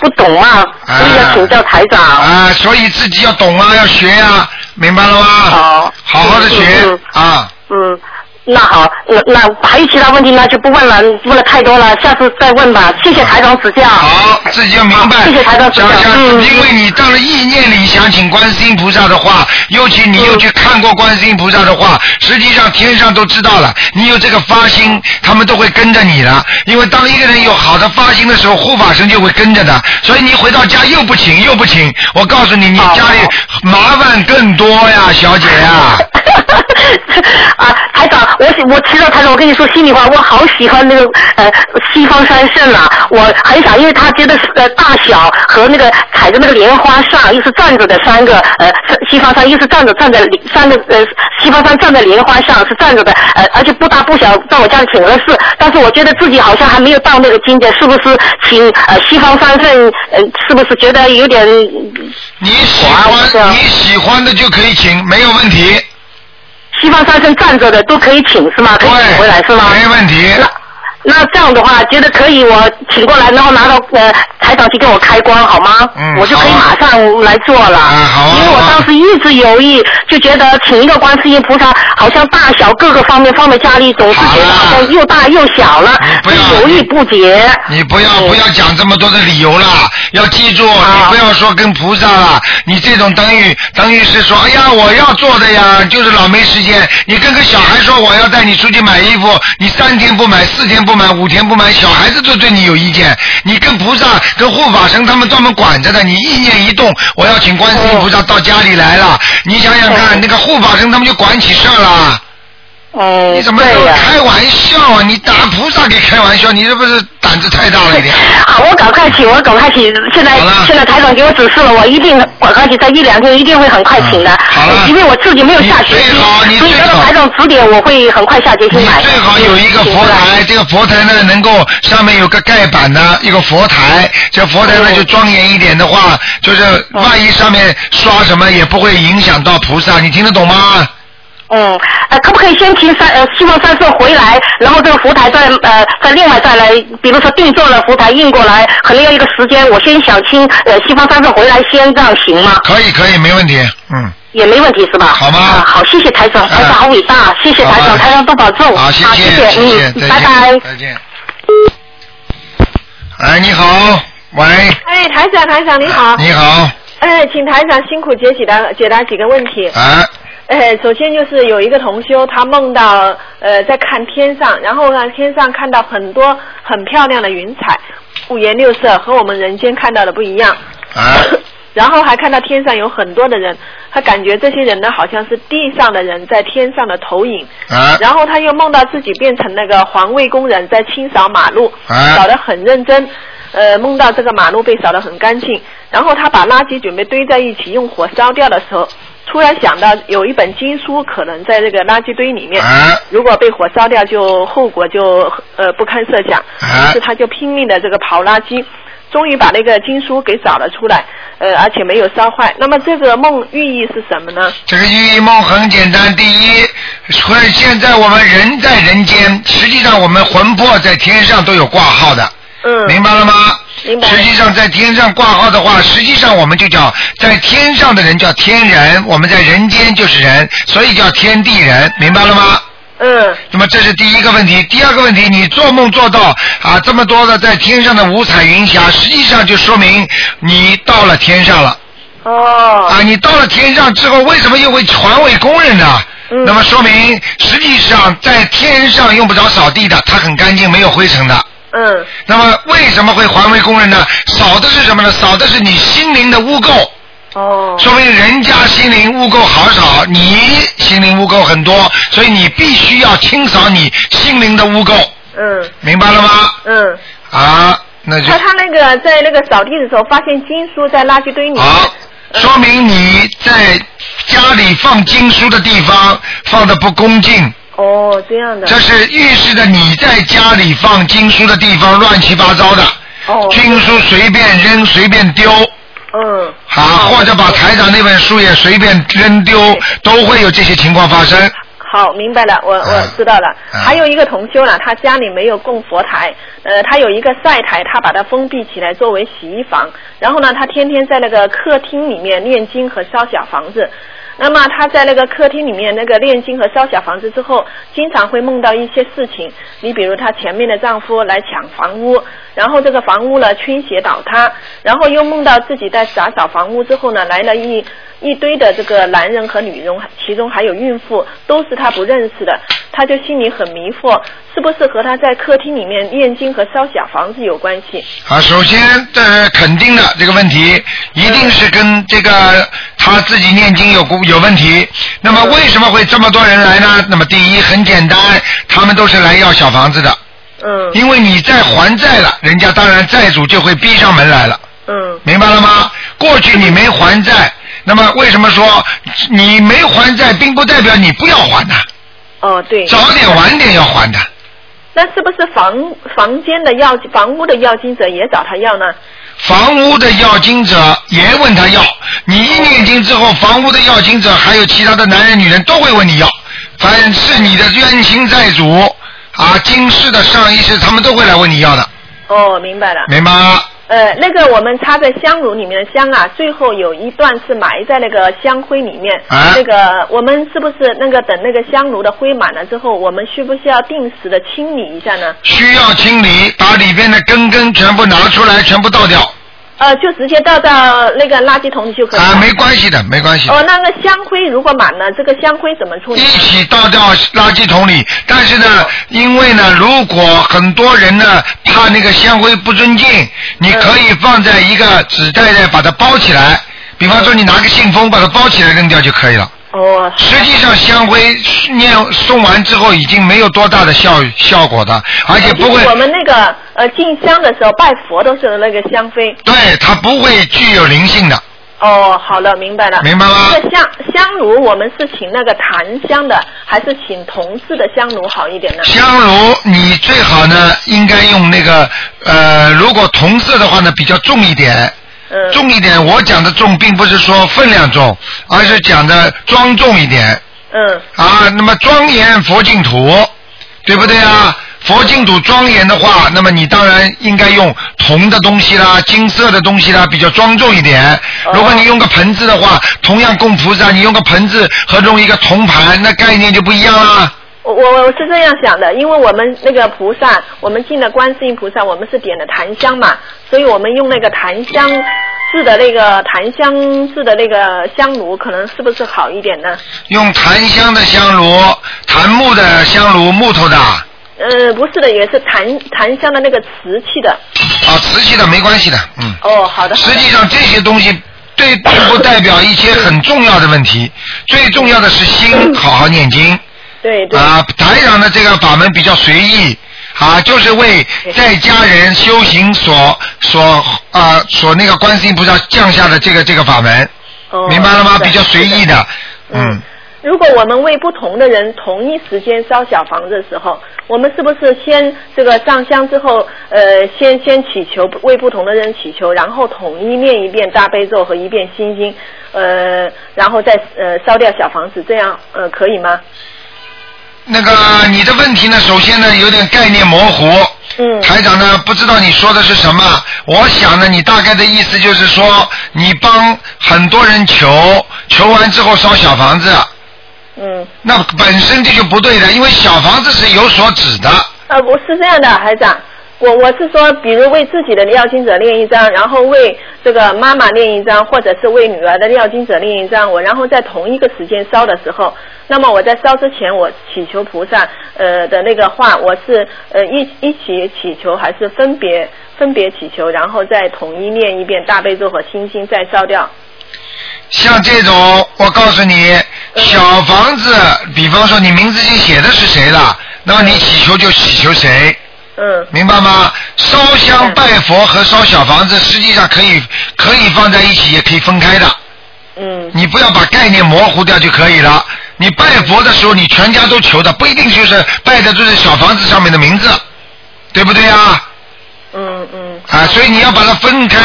S5: 不懂啊，所以要请教台长。
S1: 啊，所以自己要懂啊，要学啊，明白了吗？好，好好的学
S5: 嗯
S1: 啊。
S5: 嗯，那好，那那还有其他问题那就不问了，问了太多了， 下次再问吧。谢谢台长指教。
S1: 好，自己要明白。
S5: 谢谢台长指教
S1: 想。想，
S5: 嗯，
S1: 因为你到了意念里想请观世音菩萨的话，尤其
S5: 嗯
S1: 你又去看过观世音菩萨的话，实际上天上都知道了，你有这个发心，他们都会跟着你的。因为当一个人有好的发心的时候，护法神就会跟着的。所以你回到家又不请又不请，我告诉你，你家里麻烦更多呀，小姐呀。
S7: 啊，台长，我喜我知道台长，我跟你说心里话，我好喜欢那个呃西方三圣啊，我很想，因为他觉得呃大小和那个踩着那个莲花上，又是站着的三个呃西方山，又是站着站在三个呃西方山站在莲花上是站着的，呃而且不大不小，在我家里挺合适，但是我觉得自己好像还没有到那个境界，是不是请呃西方三圣呃是不是觉得有点
S1: 你喜欢你喜欢的就可以请，没有问题。
S7: 西方三圣站着的都可以请是吗？可以请回来是吗？
S1: 没问题。
S7: 那那这样的话，觉得可以，我请过来，然后拿到呃台长去给我开光好吗？
S1: 嗯
S7: 我就可以马上来做了。
S1: 啊好啊
S7: 因为我当时一直犹豫，就觉得请一个观世音菩萨，好像大小各个方面放在家里，总是觉得好像又大又小了
S1: 你，嗯不
S7: 就
S1: 要
S7: 犹豫不决。
S1: 你不要不要讲这么多的理由啦，要记住，你
S7: 嗯好
S1: 不要说跟菩萨啦，你这种等于等于是说，哎呀，我要做的呀，就是老没时间。你跟个小孩说我要带你出去买衣服，你三天不买，四天不买，五天不买，小孩子都对你有意见。你跟菩萨、跟护法神他们专门管着的，你意念一动，我要请观世
S7: 嗯
S1: 音菩萨到家里来了。你想想看，那个护法神他们就管起事儿了。
S7: 嗯，
S1: 你怎么
S7: 对
S1: 能
S7: 呀、
S1: 开玩笑啊？你打菩萨给开玩笑，你是不是胆子太大了一点？
S7: 啊，我赶快请，我赶快请。现在
S1: 好了
S7: 现在台长给我指示了，我一定赶快请，在一两天一定会很快请的。
S1: 嗯好了
S7: 因为我自己没有下决心
S1: 你最好你，
S7: 所以
S1: 最
S7: 得
S1: 好
S7: 到台长指点，我会很快下决心
S1: 你
S7: 买。
S1: 最好有一个佛 台，这个佛台呢能够上面有个盖板的一个佛台，这佛台呢就庄严一点的话，就是
S7: 哦
S1: 万一上面刷什么也不会影响到菩萨，你听得懂吗？
S7: 嗯，呃，可不可以先请三呃西方三圣回来，然后这个福台再呃再另外再来，比如说定做了福台运过来，可能要一个时间，我先想请呃西方三圣回来先这样行吗？
S1: 可以可以，没问题，嗯，
S7: 也没问题是吧？
S1: 好吗
S7: 啊好，谢谢台长，台长好伟大，谢谢台
S1: 好吧
S7: 长，台长多保重。
S1: 好，
S7: 啊
S1: 谢
S7: 谢
S1: 谢谢，
S7: 谢，
S1: 再
S7: 嗯，拜拜
S1: 见，。再见。哎，你好，喂，
S5: 哎，台长，台长你好。
S1: 你好，
S5: 哎，请台长辛苦解解答解答几个问题。
S1: 哎，
S5: 哎，首先就是有一个同修，他梦到呃在看天上，然后呢天上看到很多很漂亮的云彩，五颜六色，和我们人间看到的不一样。
S1: 哎，
S5: 然后还看到天上有很多的人，他感觉这些人呢好像是地上的人在天上的投影。
S1: 哎，
S5: 然后他又梦到自己变成那个环卫工人，在清扫马路，
S1: 啊
S5: 扫得很认真。呃，梦到这个马路被扫得很干净，然后他把垃圾准备堆在一起用火烧掉的时候，突然想到有一本经书可能在这个垃圾堆里面，
S1: 哎，
S5: 如果被火烧掉就后果就呃不堪设想。
S1: 啊
S5: 于是他就拼命的这个刨垃圾，终于把那个经书给找了出来，呃，而且没有烧坏。那么这个梦寓意是什么呢？
S1: 这个寓意梦很简单，第一，所以现在我们人在人间，实际上我们魂魄在天上都有挂号的，
S5: 嗯，
S1: 明白了吗？
S5: 明白
S1: 实际上在天上挂号的话，实际上我们就叫在天上的人叫天人，我们在人间就是人，所以叫天地人，明白了吗？
S5: 嗯
S1: 那么这是第一个问题，第二个问题，你做梦做到啊这么多的在天上的五彩云霞，实际上就说明你到了天上了。
S5: 哦。
S1: 啊，你到了天上之后，为什么又会传为工人呢？
S5: 嗯
S1: 那么说明，实际上在天上用不着扫地的，它很干净，没有灰尘的。
S5: 嗯
S1: 那么为什么会还为工人呢？扫的是什么呢？扫的是你心灵的污垢，
S5: 哦，
S1: 说明人家心灵污垢好少，你心灵污垢很多，所以你必须要清扫你心灵的污垢，
S5: 嗯
S1: 明白了吗？
S5: 嗯，
S1: 啊，那就
S5: 他他那个在那个扫地的时候发现经书在垃圾堆里面，
S1: 好，说明你在家里放经书的地方放的不恭敬，
S5: 哦，这样的，
S1: 这是预示着你在家里放经书的地方乱七八糟的，
S5: 哦，
S1: 经书随便扔随便丢。
S5: 嗯，
S1: 啊，或者把台长那本书也随便扔丢，都会有这些情况发生。
S5: 好，明白了，我我知道了。
S1: 嗯
S5: 还有一个同修呢，他家里没有供佛台，呃，他有一个晒台，他把它封闭起来作为洗衣房。然后呢，他天天在那个客厅里面念经和烧小房子。那么他在那个客厅里面那个念经和烧小房子之后，经常会梦到一些事情，你比如她前面的丈夫来抢房屋，然后这个房屋呢倾斜倒塌，然后又梦到自己在打扫房屋之后呢，来了一
S8: 一堆的这个男人和女人，其中还有孕妇，都是他不认识的，他就心里很迷惑，是不是和他在客厅里面念经和烧小房子有关系？
S1: 啊，首先呃，肯定的这个问题一定是跟这个他自己念经有有问题。那么为什么会这么多人来呢？那么第一很简单，他们都是来要小房子的。
S8: 嗯。
S1: 因为你在还债了，人家当然债主就会逼上门来了。
S8: 嗯。
S1: 明白了吗？过去你没还债，那么为什么说你没还债，并不代表你不要还的，
S8: 哦，对。
S1: 早点晚点要还的。
S8: 那是不是房房间的要房屋的要经者也找他要呢？
S1: 房屋的要经者也问他要，你一念经之后，房屋的要经者还有其他的男人女人都会问你要，凡是你的冤亲债主啊，今世的上一世，他们都会来问你要的，
S8: 哦，明白了。
S1: 明白吗？
S8: 呃，那个我们插在香炉里面的香啊，最后有一段是埋在那个香灰里面。
S1: 啊
S8: 那个我们是不是那个等那个香炉的灰满了之后，我们需不需要定时的清理一下呢？
S1: 需要清理，把里边的根根全部拿出来，全部倒掉啊
S8: 呃，就直接倒到那个垃圾桶里就可以了。
S1: 啊，没关系的，没关系的。
S8: 哦，那个香灰如果满了，这个香灰怎么处理
S1: 一？起倒掉垃圾桶里。但是呢，因为呢，如果很多人呢怕那个香灰不尊敬，你可以放在一个纸袋袋把它包起来。比方说，你拿个信封把它包起来扔掉就可以了。
S8: 哦，
S1: 实际上，香灰念送完之后已经没有多大的效效果的，而且不会
S8: 就是，我们那个呃进香的时候拜佛的时候那个香灰。
S1: 对它不会具有灵性的，
S8: 哦，好了，明白了。
S1: 明白吗
S8: 这？个香香炉，我们是请那个檀香的，还是请铜制的香炉好一点呢？
S1: 香炉你最好呢应该用那个呃，如果同色的话呢比较重一点。
S8: 嗯，
S1: 重一点，我讲的重，并不是说分量重，而是讲的庄重一点
S8: 嗯，
S1: 啊。那么庄严佛净土，对不对啊？佛净土庄严的话，那么你当然应该用铜的东西啦、金色的东西啦，比较庄重一点。如果你用个盆子的话，同样供菩萨，你用个盆子和用一个铜盘，那概念就不一样啦。
S8: 我我我是这样想的，因为我们那个菩萨，我们进了观世音菩萨，我们是点的檀香嘛，所以我们用那个檀香制的那个檀香制的那个香炉，可能是不是好一点呢？
S1: 用檀香的香炉、檀木的香炉，木头的啊，
S8: 呃，不是的，也是檀檀香的那个瓷器的。
S1: 啊瓷器的没关系的，嗯。
S8: 哦，好的。好
S1: 实
S8: 的
S1: 际上这些东西对并不代表一些很重要的问题，最重要的是心好好念经
S8: 对对。
S1: 啊。台长的这个法门比较随意啊，就是为在家人修行所所啊所那个观世音菩萨降下的这个这个法门，
S8: 哦
S1: 明白了吗？
S8: 是的
S1: 比较随意的，嗯。
S8: 如果我们为不同的人同一时间烧小房子的时候，我们是不是先这个上香之后，呃，先先祈求为不同的人祈求，然后统一念一遍大悲咒和一遍心经，呃，然后再呃烧掉小房子，这样呃可以吗？
S1: 那个你的问题呢，首先呢有点概念模糊。
S8: 嗯
S1: 台长呢不知道你说的是什么，我想呢你大概的意思就是说，你帮很多人求，求完之后烧小房子，
S8: 嗯，
S1: 那本身这就不对的，因为小房子是有所指的。
S8: 呃，我是这样的，孩子啊，我我是说，比如为自己的要经者念一张，然后为这个妈妈念一张，或者是为女儿的要经者念一张，我然后在同一个时间烧的时候，那么我在烧之前，我祈求菩萨呃的那个话，我是呃一一起祈求还是分别分别祈求，然后再统一念一遍大悲咒和心经，再烧掉。
S1: 像这种，我告诉你，小房子，比方说你名字已经写的是谁了，那么你祈求就祈求谁。
S8: 嗯，
S1: 明白吗？烧香拜佛和烧小房子实际上可以可以放在一起，也可以分开的。
S8: 嗯，
S1: 你不要把概念模糊掉就可以了。你拜佛的时候，你全家都求的，不一定就是拜的都是小房子上面的名字，对不对啊？
S8: 嗯嗯，
S1: 啊，所以你要把它分开，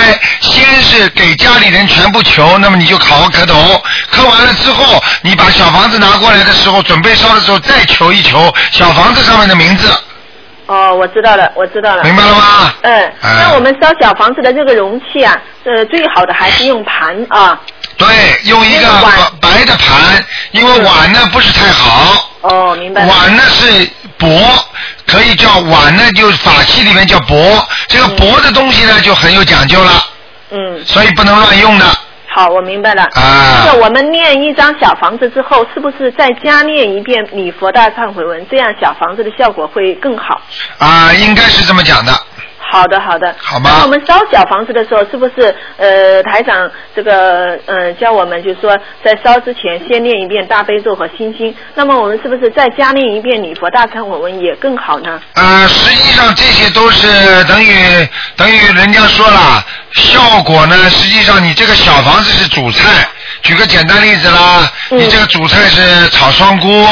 S1: 先是给家里人全部求，那么你就好好磕头，磕完了之后，你把小房子拿过来的时候，准备烧的时候再求一求小房子上面的名字，
S8: 哦，我知道了，我知道了。
S1: 明白了吗？
S8: 嗯，
S1: 哎
S8: 那我们烧小房子的这个容器啊，呃，最好的还是用盘啊。
S1: 对，用一个
S8: 那个碗
S1: 白白的盘，因为碗呢不是太好，
S8: 哦，明白了。
S1: 碗呢是帛，可以叫碗呢就是法器里面叫帛，这个帛的东西呢就很有讲究了，
S8: 嗯，
S1: 所以不能乱用的。
S8: 好，我明白了。
S1: 啊
S8: 这个我们念一张小房子之后，是不是再加念一遍礼佛大忏悔文，这样小房子的效果会更好？
S1: 啊，应该是这么讲的。
S8: 好的，好的。
S1: 好吧
S8: 那我们烧小房子的时候，是不是呃台长这个呃教我们，就是说在烧之前先念一遍大悲咒和心经，那么我们是不是再加念一遍礼佛大忏悔文也更好呢？
S1: 呃，实际上这些都是等于等于人家说了，效果呢，实际上你这个小房子是主菜。举个简单例子啦，你这个主菜是炒双菇。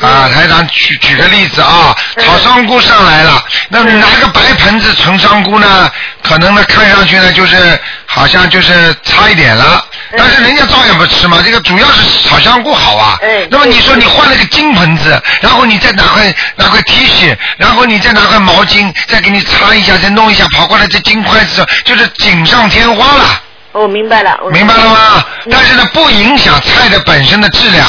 S1: 啊，台长举举个例子啊，炒香菇上来了，那么拿个白盆子盛香菇呢，可能呢看上去呢就是好像就是差一点了，但是人家照样不吃嘛，这个主要是炒香菇好啊。那么你说你换了个金盆子，然后你再拿块拿块 T 恤，然后你再拿块毛巾，再给你擦一下，再弄一下，跑过来这金筷子就是锦上添花了，
S8: 我哦明白了，我
S1: 明白了吗？
S8: 嗯
S1: 但是呢，不影响菜的本身的质量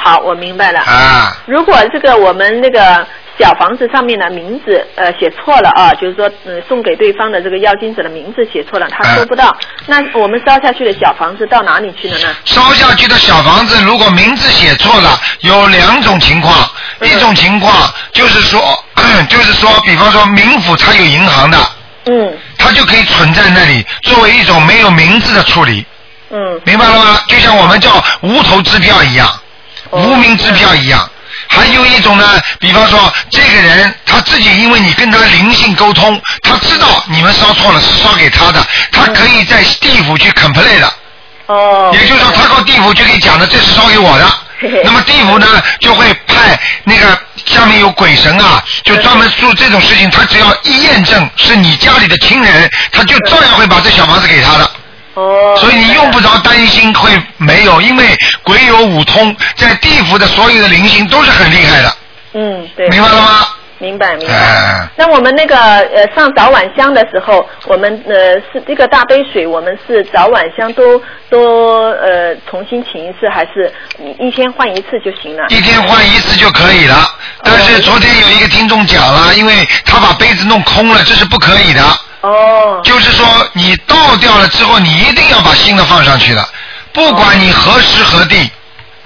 S8: 好，我明白了。
S1: 啊。
S8: 如果这个我们那个小房子上面的名字呃写错了啊，就是说嗯送给对方的这个要金者的名字写错了，他收不
S1: 啊
S8: 到，那我们烧下去的小房子到哪里去了呢？
S1: 烧下去的小房子，如果名字写错了，有两种情况。一种情况就是说， 就是说，比方说冥府它有银行的，
S8: 嗯
S1: 它就可以存在那里，作为一种没有名字的处理，
S8: 嗯
S1: 明白了吗？就像我们叫无头支票一样，无名支票一样。还有一种呢，比方说这个人他自己，因为你跟他灵性沟通，他知道你们烧错了是烧给他的，他可以在地府去 complain 的。
S8: 哦，
S1: 也就是说，他到地府就可以讲的，这是烧给我的。那么地府呢，就会派那个下面有鬼神啊，就专门做这种事情。他只要一验证是你家里的亲人，他就照样会把这小房子给他的。
S8: 哦，
S1: 所以你用不着担心会没有，因为鬼有五通，在地府的所有的灵性都是很厉害的，
S8: 嗯对，
S1: 明白了？吗？
S8: 明白明白。
S1: 哎，
S8: 那我们那个呃上早晚香的时候，我们呃是这个大杯水，我们是早晚香都都呃重新请一次，还是一天换一次就行了？
S1: 一天换一次就可以了。但是昨天有一个听众讲了，因为他把杯子弄空了，这是不可以的。
S8: 哦，
S1: 就是说你倒掉了之后，你一定要把新的放上去的，不管你何时何地。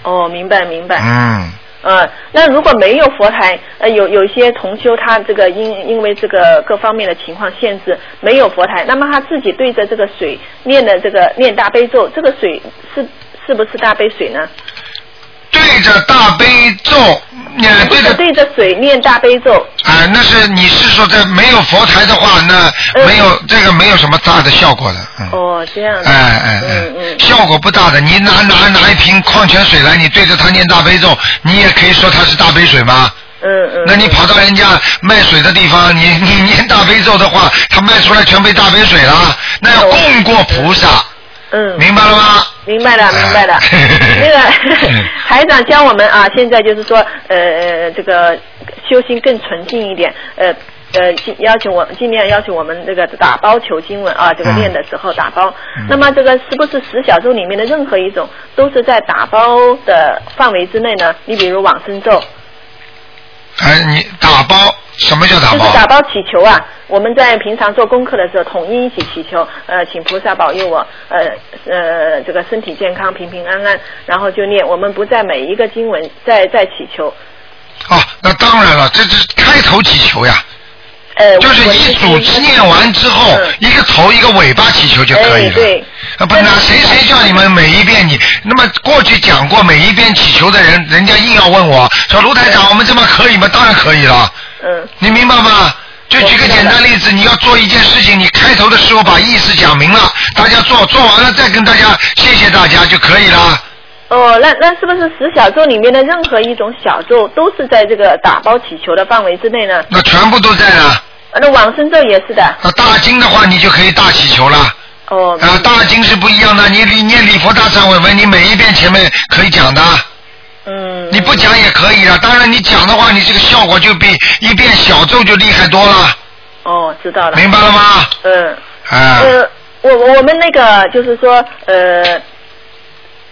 S8: 哦，明白明白。
S1: 嗯，
S8: 呃，那如果没有佛台，呃，有有一些同修他这个因因为这个各方面的情况限制，没有佛台，那么他自己对着这个水念的这个念大悲咒，这个水是是不是大悲水呢？
S1: 对着大悲咒，呃，
S8: 不
S1: 对
S8: 是
S1: 着
S8: 对着水念大悲咒，
S1: 啊、那是你是说在没有佛台的话，那没有、这个没有什么大的效果的，嗯。
S8: 嗯哦，这样子，
S1: 哎哎
S8: 嗯
S1: 哎
S8: 嗯，
S1: 效果不大的。你拿拿拿一瓶矿泉水来，你对着它念大悲咒，你也可以说它是大杯水吗？
S8: 嗯嗯，
S1: 那你跑到人家卖水的地方，你你念大悲咒的话，他卖出来全被大杯水了，那要供过菩萨。
S8: 嗯，
S1: 明白了吗？
S8: 明白 了，明白了。那个
S1: 嗯
S8: 台长教我们啊，现在就是说，呃，呃这个修心更纯净一点，呃。呃，尽要求我尽量要求我们这个打包求经文啊，这个练的时
S1: 嗯
S8: 候打包。那么这个是不是十小咒里面的任何一种都是在打包的范围之内呢？你比如往生咒，
S1: 哎，你打包什么叫打
S8: 就是
S1: 包？
S8: 打包祈求啊。我们在平常做功课的时候，统一一起祈求，呃，请菩萨保佑我，呃呃，这个身体健康，平平安安。然后就念，我们不在每一个经文再再祈求，
S1: 哦，那当然了，这是开头祈求呀，
S8: 呃，
S1: 就是一组织念完之后，一个头一个尾巴祈求就可以
S8: 嗯哎，
S1: 了。
S8: 对，
S1: 啊，不，那谁谁叫你们每一遍你？那么过去讲过，每一遍祈求的人，人家硬要问我说：“卢台长，我们这么可以吗？”当然可以了，
S8: 嗯
S1: 你明白吗？就举个简单例子，你要做一件事情，你开头的时候把意思讲明了，大家做做完了再跟大家谢谢大家就可以了。
S8: 哦，那那是不是十小咒里面的任何一种小咒都是在这个打包祈求的范围之内呢？
S1: 那全部都在了。
S8: 呃那往生咒也是的，
S1: 那大经的话，你就可以大祈求了。
S8: 哦，
S1: 啊，大经是不一样的，你你念礼佛大忏悔文，你每一遍前面可以讲的，
S8: 嗯，
S1: 你不讲也可以的。当然你讲的话，你这个效果就比一遍小咒就厉害多了，
S8: 哦，知道了，
S1: 明白了吗？
S8: 嗯。
S1: 啊，
S8: 呃，我我我们那个就是说，呃，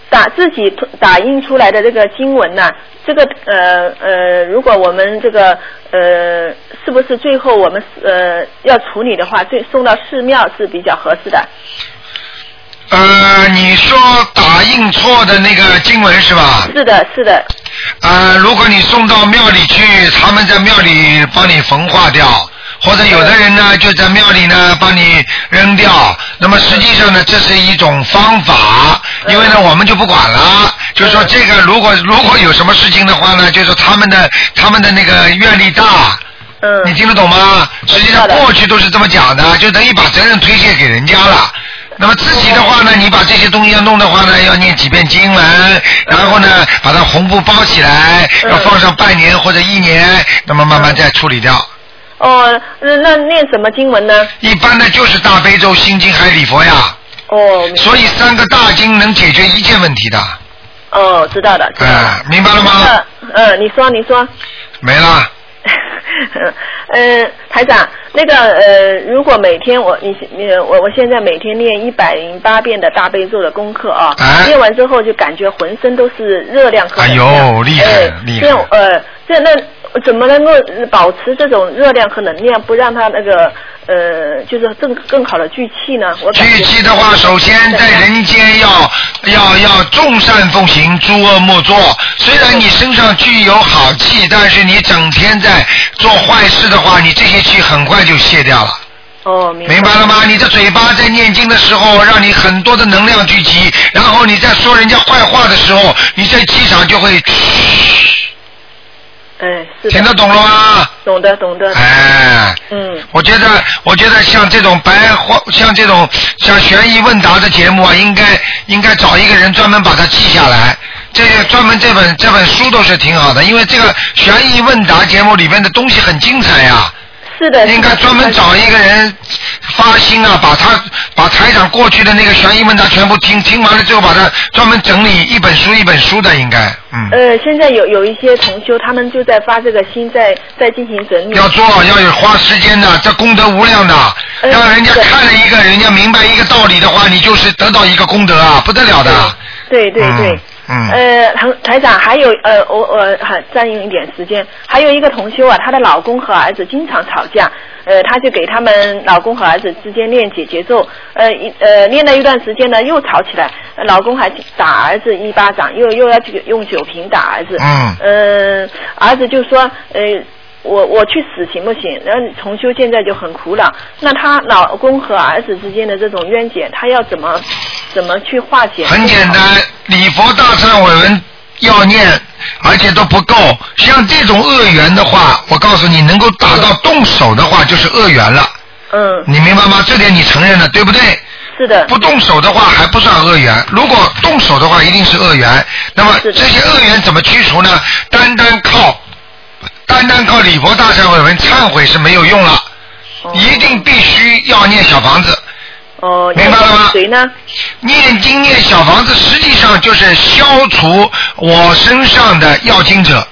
S8: 打自己打印出来的这个经文呐、这个呃呃，如果我们这个呃，是不是最后我们呃要处理的话，最送到寺庙是比较合适的？
S1: 呃，你说打印错的那个经文是吧？
S8: 是的，是的，
S1: 呃，如果你送到庙里去，他们在庙里帮你焚化掉，或者有的人呢就在庙里呢帮你扔掉。那么实际上呢，这是一种方法，因为呢我们就不管了，就说这个如果如果有什么事情的话呢，就说他们的他们的那个愿力大。
S8: 嗯
S1: 你听得懂吗？实际上
S8: 我知道的
S1: 过去都是这么讲的，就等于把责任推卸给人家了。那么自己的话
S8: 嗯
S1: 呢，你把这些东西要弄的话呢，要念几遍经文，然后呢，把它红布包起来，
S8: 嗯
S1: 要放上半年或者一年，那么慢慢再处理掉。
S8: 哦，那那念什么经文呢？
S1: 一般的就是大悲咒、心经还有礼佛呀，
S8: 哦，明
S1: 所以三个大经能解决一切问题的，
S8: 哦，知道的，知
S1: 哎、
S8: 道的。
S1: 明白了吗？
S8: 嗯嗯，你说你说，
S1: 没了，
S8: 嗯，台长，那个呃，如果每天我你你我我现在每天念一百零八遍的大悲咒的功课啊，
S1: 哎
S8: 念完之后就感觉浑身都是热量和能量。
S1: 哎呦厉害
S8: 哎
S1: 厉害
S8: 这样呃，这那怎么能够保持这种热量和能量，不让它那个呃，就是更更好的聚气呢？我感觉
S1: 聚集的话，首先在人间要要要众善奉行，诸恶莫作。虽然你身上具有好气，但是你整天在做坏事的话，你这些气很快就卸掉了。
S8: 哦，明白
S1: 明白了吗？你的嘴巴在念经的时候，让你很多的能量聚集，然后你在说人家坏话的时候，你在气场就会嘘，
S8: 哎，是
S1: 听得
S8: 的，
S1: 懂了吗？
S8: 懂的懂的，
S1: 哎，
S8: 嗯。
S1: 我觉得，我觉得像这种白话，像这种像悬疑问答的节目啊，应该应该找一个人专门把它记下来。这个专门这本这本书都是挺好的，因为这个悬疑问答节目里面的东西很精彩呀、
S8: 是的，
S1: 应该
S8: 是的
S1: 专门找一个人发心啊，把他把台长过去的那个悬疑问答全部听听完了之后，把它专门整理一本书一本书的，应该嗯，
S8: 呃，现在有有一些同修，他们就在发这个心，在在进行整理。
S1: 要做要有花时间的，这功德无量的，
S8: 嗯
S1: 让人家
S8: 对
S1: 看了一个人家明白一个道理的话，你就是得到一个功德啊，不得了的。
S8: 对对对。
S1: 嗯嗯
S8: 呃，台台长，还有呃，我我还占用一点时间，还有一个同修啊，她的老公和儿子经常吵架，呃，她就给他们老公和儿子之间练解节奏，呃一呃练了一段时间呢，又吵起来，呃老公还打儿子一巴掌，又又要去用酒瓶打儿子，
S1: 嗯
S8: 嗯，儿子就说，呃，我我去死行不行？然后重修现在就很苦恼。那她老公和儿子之间的这种冤结，她要怎么怎么去化解？
S1: 很简单，礼佛大忏悔文要念，而且都不够。像这种恶缘的话，我告诉你，能够打到动手的话，就是恶缘了。
S8: 嗯，
S1: 你明白吗？这点你承认了，对不对？
S8: 是的，
S1: 不动手的话还不算恶缘，如果动手的话一定是恶缘。那么
S8: 是的
S1: 这些恶缘怎么驱除呢？单单靠单单靠礼佛大忏悔文忏悔是没有用了，
S8: 哦
S1: 一定必须要念小房子。
S8: 哦，
S1: 明白了吗
S8: 谁呢？
S1: 念经念小房子，实际上就是消除我身上的要经者，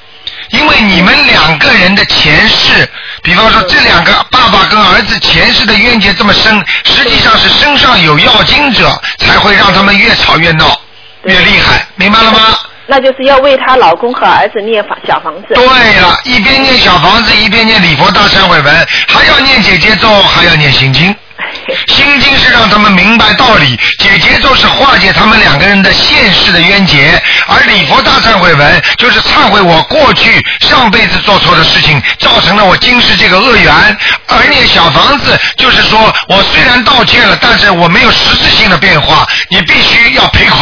S1: 因为你们两个人的前世，比方说这两个爸爸跟儿子前世的冤结这么深，实际上是身上有要经者，才会让他们越吵越闹，越厉害，明白了吗？
S8: 那就是要为她老公和儿子念房小房子。
S1: 对了，一边念小房子，一边念礼佛大忏悔文，还要念姐姐咒，还要念心经。心经是让他们明白道理，解结咒是化解他们两个人的现世的冤结，而礼佛大忏悔文就是忏悔我过去上辈子做错的事情，造成了我今世这个恶缘。而念小房子就是说我虽然道歉了，但是我没有实质性的变化，你必须要赔款。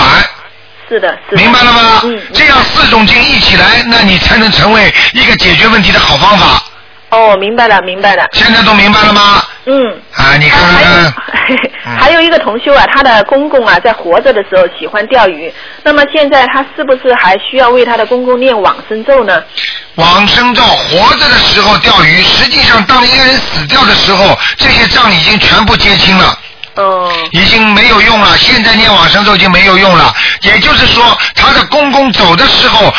S8: 是的，是的。
S1: 明白了吗？
S8: 嗯。
S1: 这样四种经一起来，那你才能成为一个解决问题的好方法。
S8: 哦，明白了，明白了。
S1: 现在都明白了吗？
S8: 嗯。
S1: 啊，你看
S8: 还
S1: 看
S8: 有
S1: 看， 嗯
S8: 还有一个同修啊，他的公公啊，在活着的时候喜欢钓鱼，那么现在他是不是还需要为他的公公念往生咒呢？
S1: 往生咒活着的时候钓鱼，实际上当一个人死掉的时候，这些账已经全部结清了。
S8: 哦，
S1: 已经没有用了，现在念往生咒已经没有用了。也就是说，他的公公走的时候，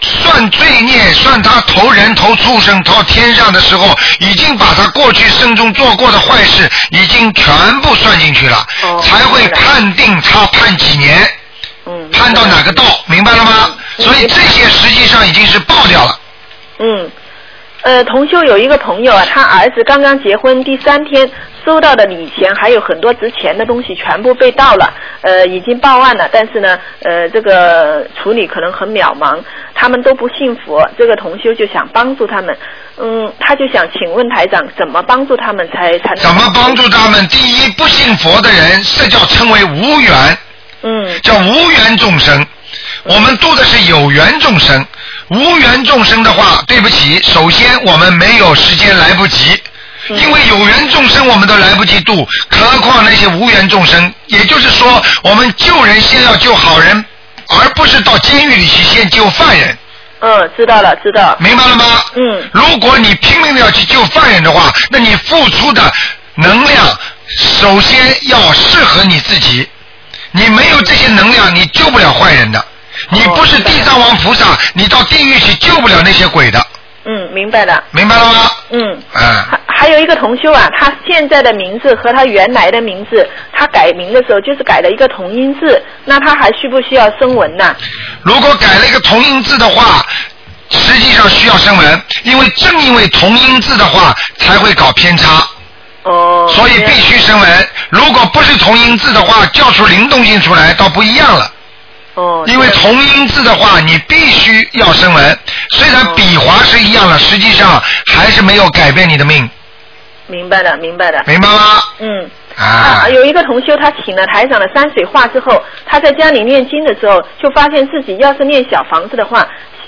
S1: 算罪孽，算他投人、投畜生、投天上的时候，已经把他过去生中做过的坏事，已经全部算进去了，
S8: 哦
S1: 才会判定他判几年，
S8: 嗯，
S1: 判到哪个道，明白了吗？所以这些实际上已经是爆掉了。
S8: 嗯，呃，同修有一个朋友啊，他儿子刚刚结婚第三天，收到的礼钱还有很多值钱的东西全部被盗了，呃，已经报案了，但是呢，呃，这个处理可能很渺茫，他们都不信佛，这个同修就想帮助他们，嗯，他就想请问台长怎么帮助他们才才能
S1: 怎么帮助他们？第一，不信佛的人，这叫称为无缘，
S8: 嗯
S1: 叫无缘众生。我们度的是有缘众生，无缘众生的话，对不起，首先我们没有时间来不及，因为有缘众生我们都来不及度，何况那些无缘众生？也就是说，我们救人先要救好人，而不是到监狱里去先救犯人，
S8: 嗯，知道了知道，
S1: 明白了吗？
S8: 嗯
S1: 如果你拼命的要去救犯人的话，那你付出的能量首先要适合你自己。你没有这些能量，你救不了坏人的。你不是地藏王菩
S8: 哦
S1: 萨，你到地狱去救不了那些鬼的，
S8: 嗯，明白了，
S1: 明白了吗？
S8: 嗯。
S1: 啊、
S8: 还还有一个同修啊，他现在的名字和他原来的名字，他改名的时候就是改了一个同音字，那他还需不需要声纹呐？
S1: 如果改了一个同音字的话，实际上需要声纹，因为正因为同音字的话才会搞偏差，
S8: 哦，
S1: 所以必须声纹。如果不是同音字的话，叫出灵动性出来倒不一样了。
S8: 哦，
S1: 因为同音字的话，你必须要声纹。虽
S8: 哦
S1: 然笔划是一样的，实际上还是没有改变你的命，
S8: 明白了，明白了，
S1: 明白吗？
S8: 嗯。
S1: 啊
S8: 啊，，有一个同修，他请了台长的山水画之后，他在家里念经的时候，就发现自己要是念小房子的话，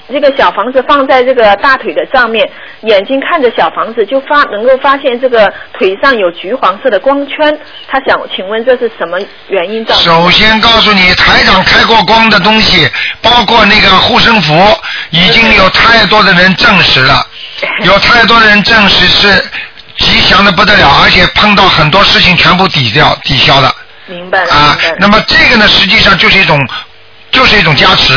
S8: 这个小房子放在这个大腿的上面，眼睛看着小房子，就发能够发现这个腿上有橘黄色的光圈。他想请问这是什么原因造成？
S1: 首先告诉你，台长开过光的东西，包括那个护身符，已经
S8: 嗯
S1: 有太多的人证实了，有太多的人证实是吉祥的不得了，而且碰到很多事情全部抵掉、抵消的
S8: 明白了，
S1: 啊
S8: 明白。
S1: 那
S8: 了。
S1: 么这个呢，实际上就是一种，就是一种加持。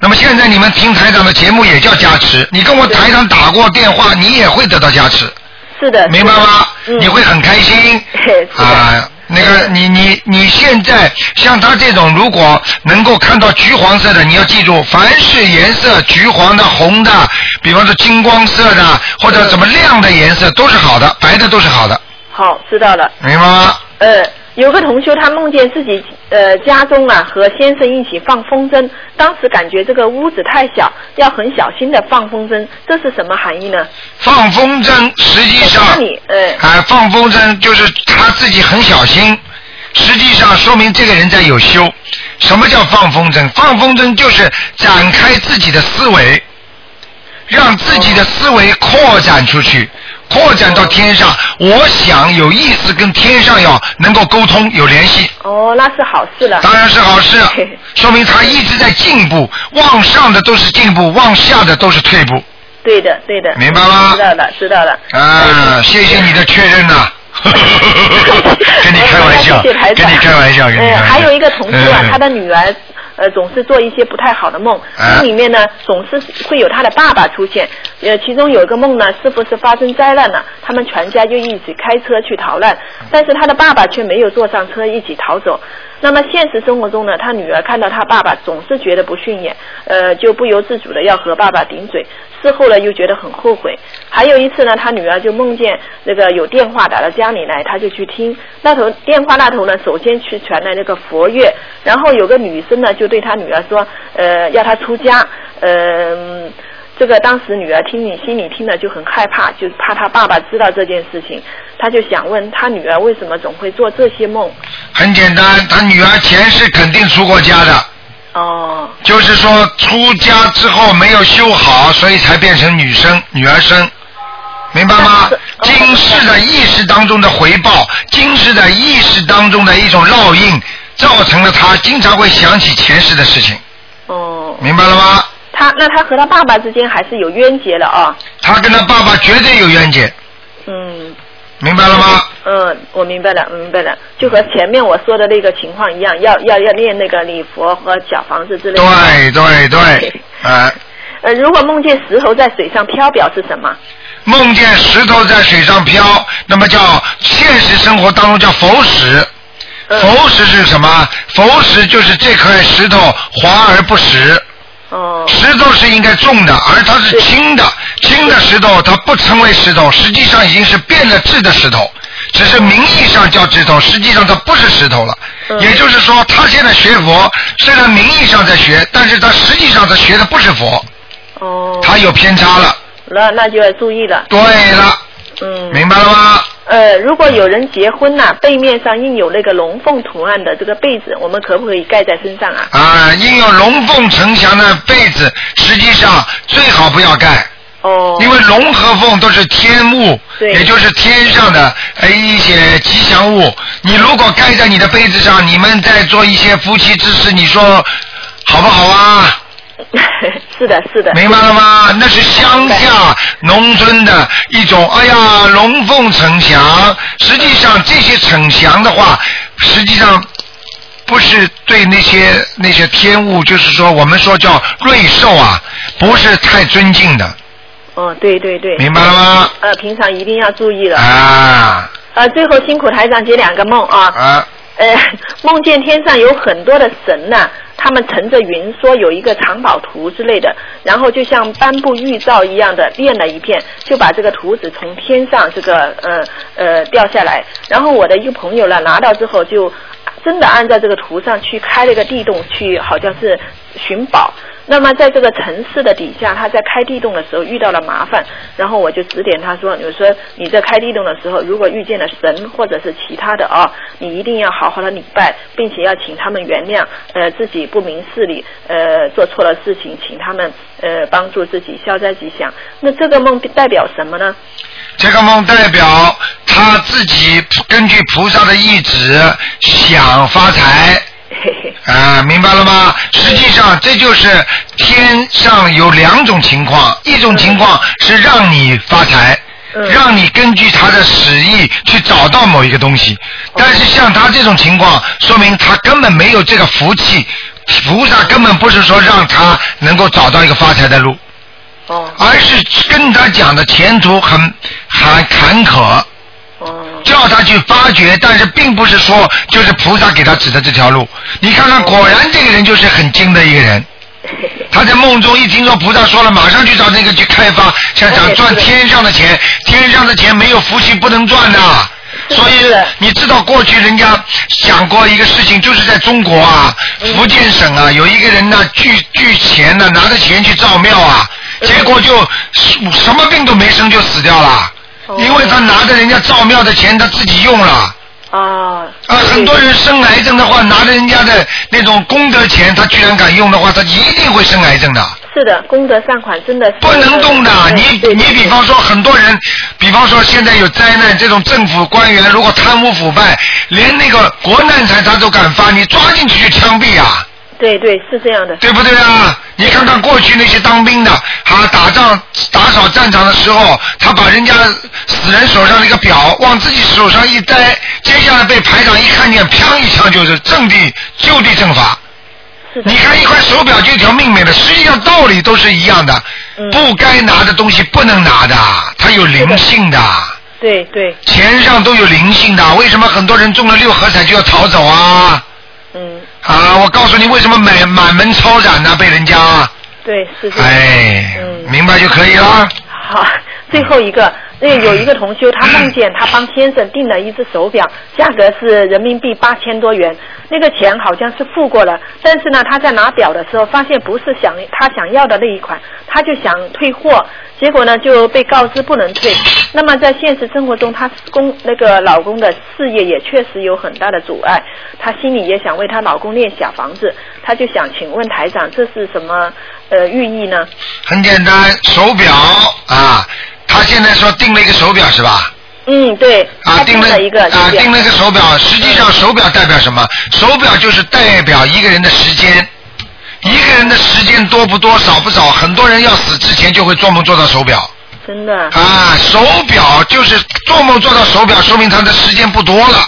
S1: 那么现在你们听台长的节目也叫加持，你跟我台长打过电话，你也会得到加持，
S8: 嗯是的，
S1: 明白吗？你会很开心。
S8: 是的嗯
S1: 啊，那个你你你现在像他这种，如果能够看到橘黄色的，你要记住，凡是颜色橘黄的、红的，比方说金光色的或
S8: 嗯
S1: 者什么亮的颜色都是好的，白的都是好的，
S8: 好，知道了。
S1: 明白吗？
S8: 呃，有个同修他梦见自己呃家中啊和先生一起放风筝，当时感觉这个屋子太小，要很小心的放风筝，这是什么含义呢？
S1: 放风筝实际上
S8: 我帮你嗯
S1: 啊，放风筝就是他自己很小心，实际上说明这个人在有修。什么叫放风筝？放风筝就是展开自己的思维，让自己的思维扩展出去，扩展到天上。我想有意思，跟天上要能够沟通，有联系，
S8: 哦，那是好事了。
S1: 当然是好事，啊说明他一直在进步。往上的都是进步，往下的都是退步。
S8: 对的，对的。
S1: 明白吗
S8: 知道了，知道了。
S1: 啊，谢谢你的确认 呐、 跟你开玩笑，
S8: 谢谢台长
S1: 跟你开玩笑，跟你开
S8: 嗯
S1: 玩笑。
S8: 还有一个同事啊，
S1: 嗯
S8: 他的女儿呃总是做一些不太好的梦，
S1: 啊
S8: 梦里面呢总是会有他的爸爸出现。呃，其中有一个梦呢，似乎是发生灾难了，他们全家就一起开车去逃难，但是他的爸爸却没有坐上车一起逃走。那么现实生活中呢，他女儿看到他爸爸总是觉得不顺眼，呃，就不由自主的要和爸爸顶嘴。事后呢，又觉得很后悔。还有一次呢，他女儿就梦见那个有电话打到家里来，他就去听。那头电话那头呢，首先去传来那个佛乐，然后有个女生呢，就对他女儿说，呃，要她出家，嗯、这个当时女儿听你心里听了就很害怕，就怕她爸爸知道这件事情，他就想问他女儿为什么总会做这些梦。
S1: 很简单，他女儿前世肯定出过家的，
S8: 哦，
S1: 就是说出家之后没有修好，所以才变成女生女儿身，明白吗
S8: 但？是哦
S1: 今世的意识当中的回报，今世的意识当中的一种烙印，造成了她经常会想起前世的事情，
S8: 哦，
S1: 明白了吗？
S8: 他那他和他爸爸之间还是有冤结了啊。
S1: 她跟她爸爸绝对有冤结，
S8: 嗯，
S1: 明白了吗？
S8: 嗯，我明白了，明白了，就和前面我说的那个情况一
S1: 嗯
S8: 样，要要要练那个礼佛和小房子之类的。。
S1: 对对对，啊、
S8: 呃，如果梦见石头在水上漂，表示什么？
S1: 梦见石头在水上漂，那么叫现实生活当中叫浮石。
S8: 嗯
S1: 浮石是什么？浮石就是这块石头滑而不实，
S8: 哦，
S1: 石头是应该重的，而它是轻的，轻的石头它不称为石头，实际上已经是变了质的石头，只是名义上叫石头，实际上它不是石头了。
S8: 嗯
S1: 也就是说，他现在学佛，虽然名义上在学，但是他实际上他学的不是佛，
S8: 哦，
S1: 他有偏差了。
S8: 那那就要注意了。
S1: 对了，
S8: 嗯，
S1: 明白了吗？
S8: 呃，如果有人结婚呐、背面上印有那个龙凤图案的这个被子，我们可不可以盖在身上啊？
S1: 啊，印有龙凤呈祥的被子，实际上最好不要盖，
S8: 哦，
S1: 因为龙和凤都是天物，
S8: 对
S1: 也就是天上的呃一些吉祥物。你如果盖在你的被子上，你们在做一些夫妻之事，你说好不好啊？
S8: 是的，是的，
S1: 明白了吗？那是乡下农村的一种，哎呀，龙凤呈祥。实际上，这些呈祥的话，实际上不是对那些那些天物，就是说我们说叫瑞兽啊，不是太尊敬的，
S8: 哦，对对对，
S1: 明白了吗？
S8: 呃，平常一定要注意了。
S1: 啊
S8: 呃，最后辛苦台长解两个梦啊。
S1: 啊
S8: 呃，梦见天上有很多的神呐、他们乘着云，说有一个藏宝图之类的，然后就像颁布预兆一样的念了一遍，就把这个图纸从天上这个呃呃掉下来。然后我的一个朋友呢拿到之后就真的按照这个图上去开了一个地洞去，好像是寻宝。那么在这个城市的底下，他在开地洞的时候遇到了麻烦，然后我就指点他说：“我说你在开地洞的时候，如果遇见了神或者是其他的啊，你一定要好好的礼拜，并且要请他们原谅，呃，自己不明事理，呃，做错了事情，请他们呃帮助自己消灾吉祥。那这个梦代表什么呢？
S1: 这个梦代表他自己根据菩萨的意志想发财。
S8: 嘿嘿，
S1: 啊，明白了吗？实际上，这就是天上有两种情况，一种情况是让你发财，
S8: 嗯
S1: 让你根据他的使意去找到某一个东西。
S8: 哦
S1: 但是像他这种情况，说明他根本没有这个福气，菩萨根本不是说让他能够找到一个发财的路，
S8: 哦
S1: 而是跟他讲的前途很很坎坷，
S8: 哦
S1: 叫他去发掘，但是并不是说就是菩萨给他指的这条路。你看
S8: 哦
S1: 看，果然这个人就是很精的一个人。
S8: 嘿嘿，
S1: 他在梦中一听说菩萨说了，马上去找那个去开发，想
S8: 哎
S1: 想
S8: 是
S1: 赚
S8: 的
S1: 天上的钱，天上的钱没有福气不能赚的。
S8: 是的
S1: 所以
S8: 是的
S1: 你知道过去人家讲过一个事情，就是在中国啊，
S8: 嗯
S1: 福建省啊，有一个人呢聚聚钱呢，拿着钱去造庙啊，
S8: 嗯
S1: 结果就什什么病都没生就死掉了，
S8: 哦
S1: 因为他拿着人家造庙的钱他自己用了。
S8: 啊
S1: 啊，很多人生癌症的话，
S8: 嗯
S1: 拿着人家的那种功德钱，他居然敢用的话，他一定会生癌症的。
S8: 是的，功德善款真的是
S1: 不能动的。
S8: 对
S1: 你
S8: 对
S1: 你
S8: 对
S1: 比方说，很多人，比方说现在有灾难，这种政府官员如果贪污腐败，连那个国难财他都敢发，你抓进去就枪毙啊，
S8: 对对是这样的，
S1: 对不对啊？你看看过去那些当兵的，啊，打仗打扫战场的时候，他把人家死人手上那个表往自己手上一摘，接下来被排长一看见，砰一枪就是正地就地正法。
S8: 是的
S1: 你，看一块手表就一条命没了，实际上道理都是一样的。
S8: 嗯
S1: 不该拿的东西不能拿的，它有灵性的，
S8: 对对，
S1: 钱上都有灵性的。为什么很多人中了六合彩就要逃走啊？
S8: 嗯
S1: 啊，我告诉你为什么满满门抄斩呢、被人家，
S8: 对是这样的。
S1: 哎，
S8: 嗯
S1: 明白就可以了。
S8: 好，最后一个，那个有一个同修，他梦见他帮先生订了一只手表，价格是人民币八千多元，那个钱好像是付过了，但是呢，他在拿表的时候发现不是想他想要的那一款，他就想退货，结果呢就被告知不能退。那么在现实生活中，她公那个老公的事业也确实有很大的阻碍，她心里也想为她老公练小房子，她就想请问台长，这是什么呃寓意呢？
S1: 很简单，手表啊，他现在说订了一个手表是吧？
S8: 嗯，对，
S1: 啊，
S8: 他
S1: 定了
S8: 了一个
S1: 啊，
S8: 嗯手表
S1: 定了一个手表。实际上，手表代表什么？手表就是代表一个人的时间，一个人的时间多不多、少不少。很多人要死之前就会做梦做到手表
S8: 真的
S1: 啊，手表就是做梦做到手表，说明他的时间不多了。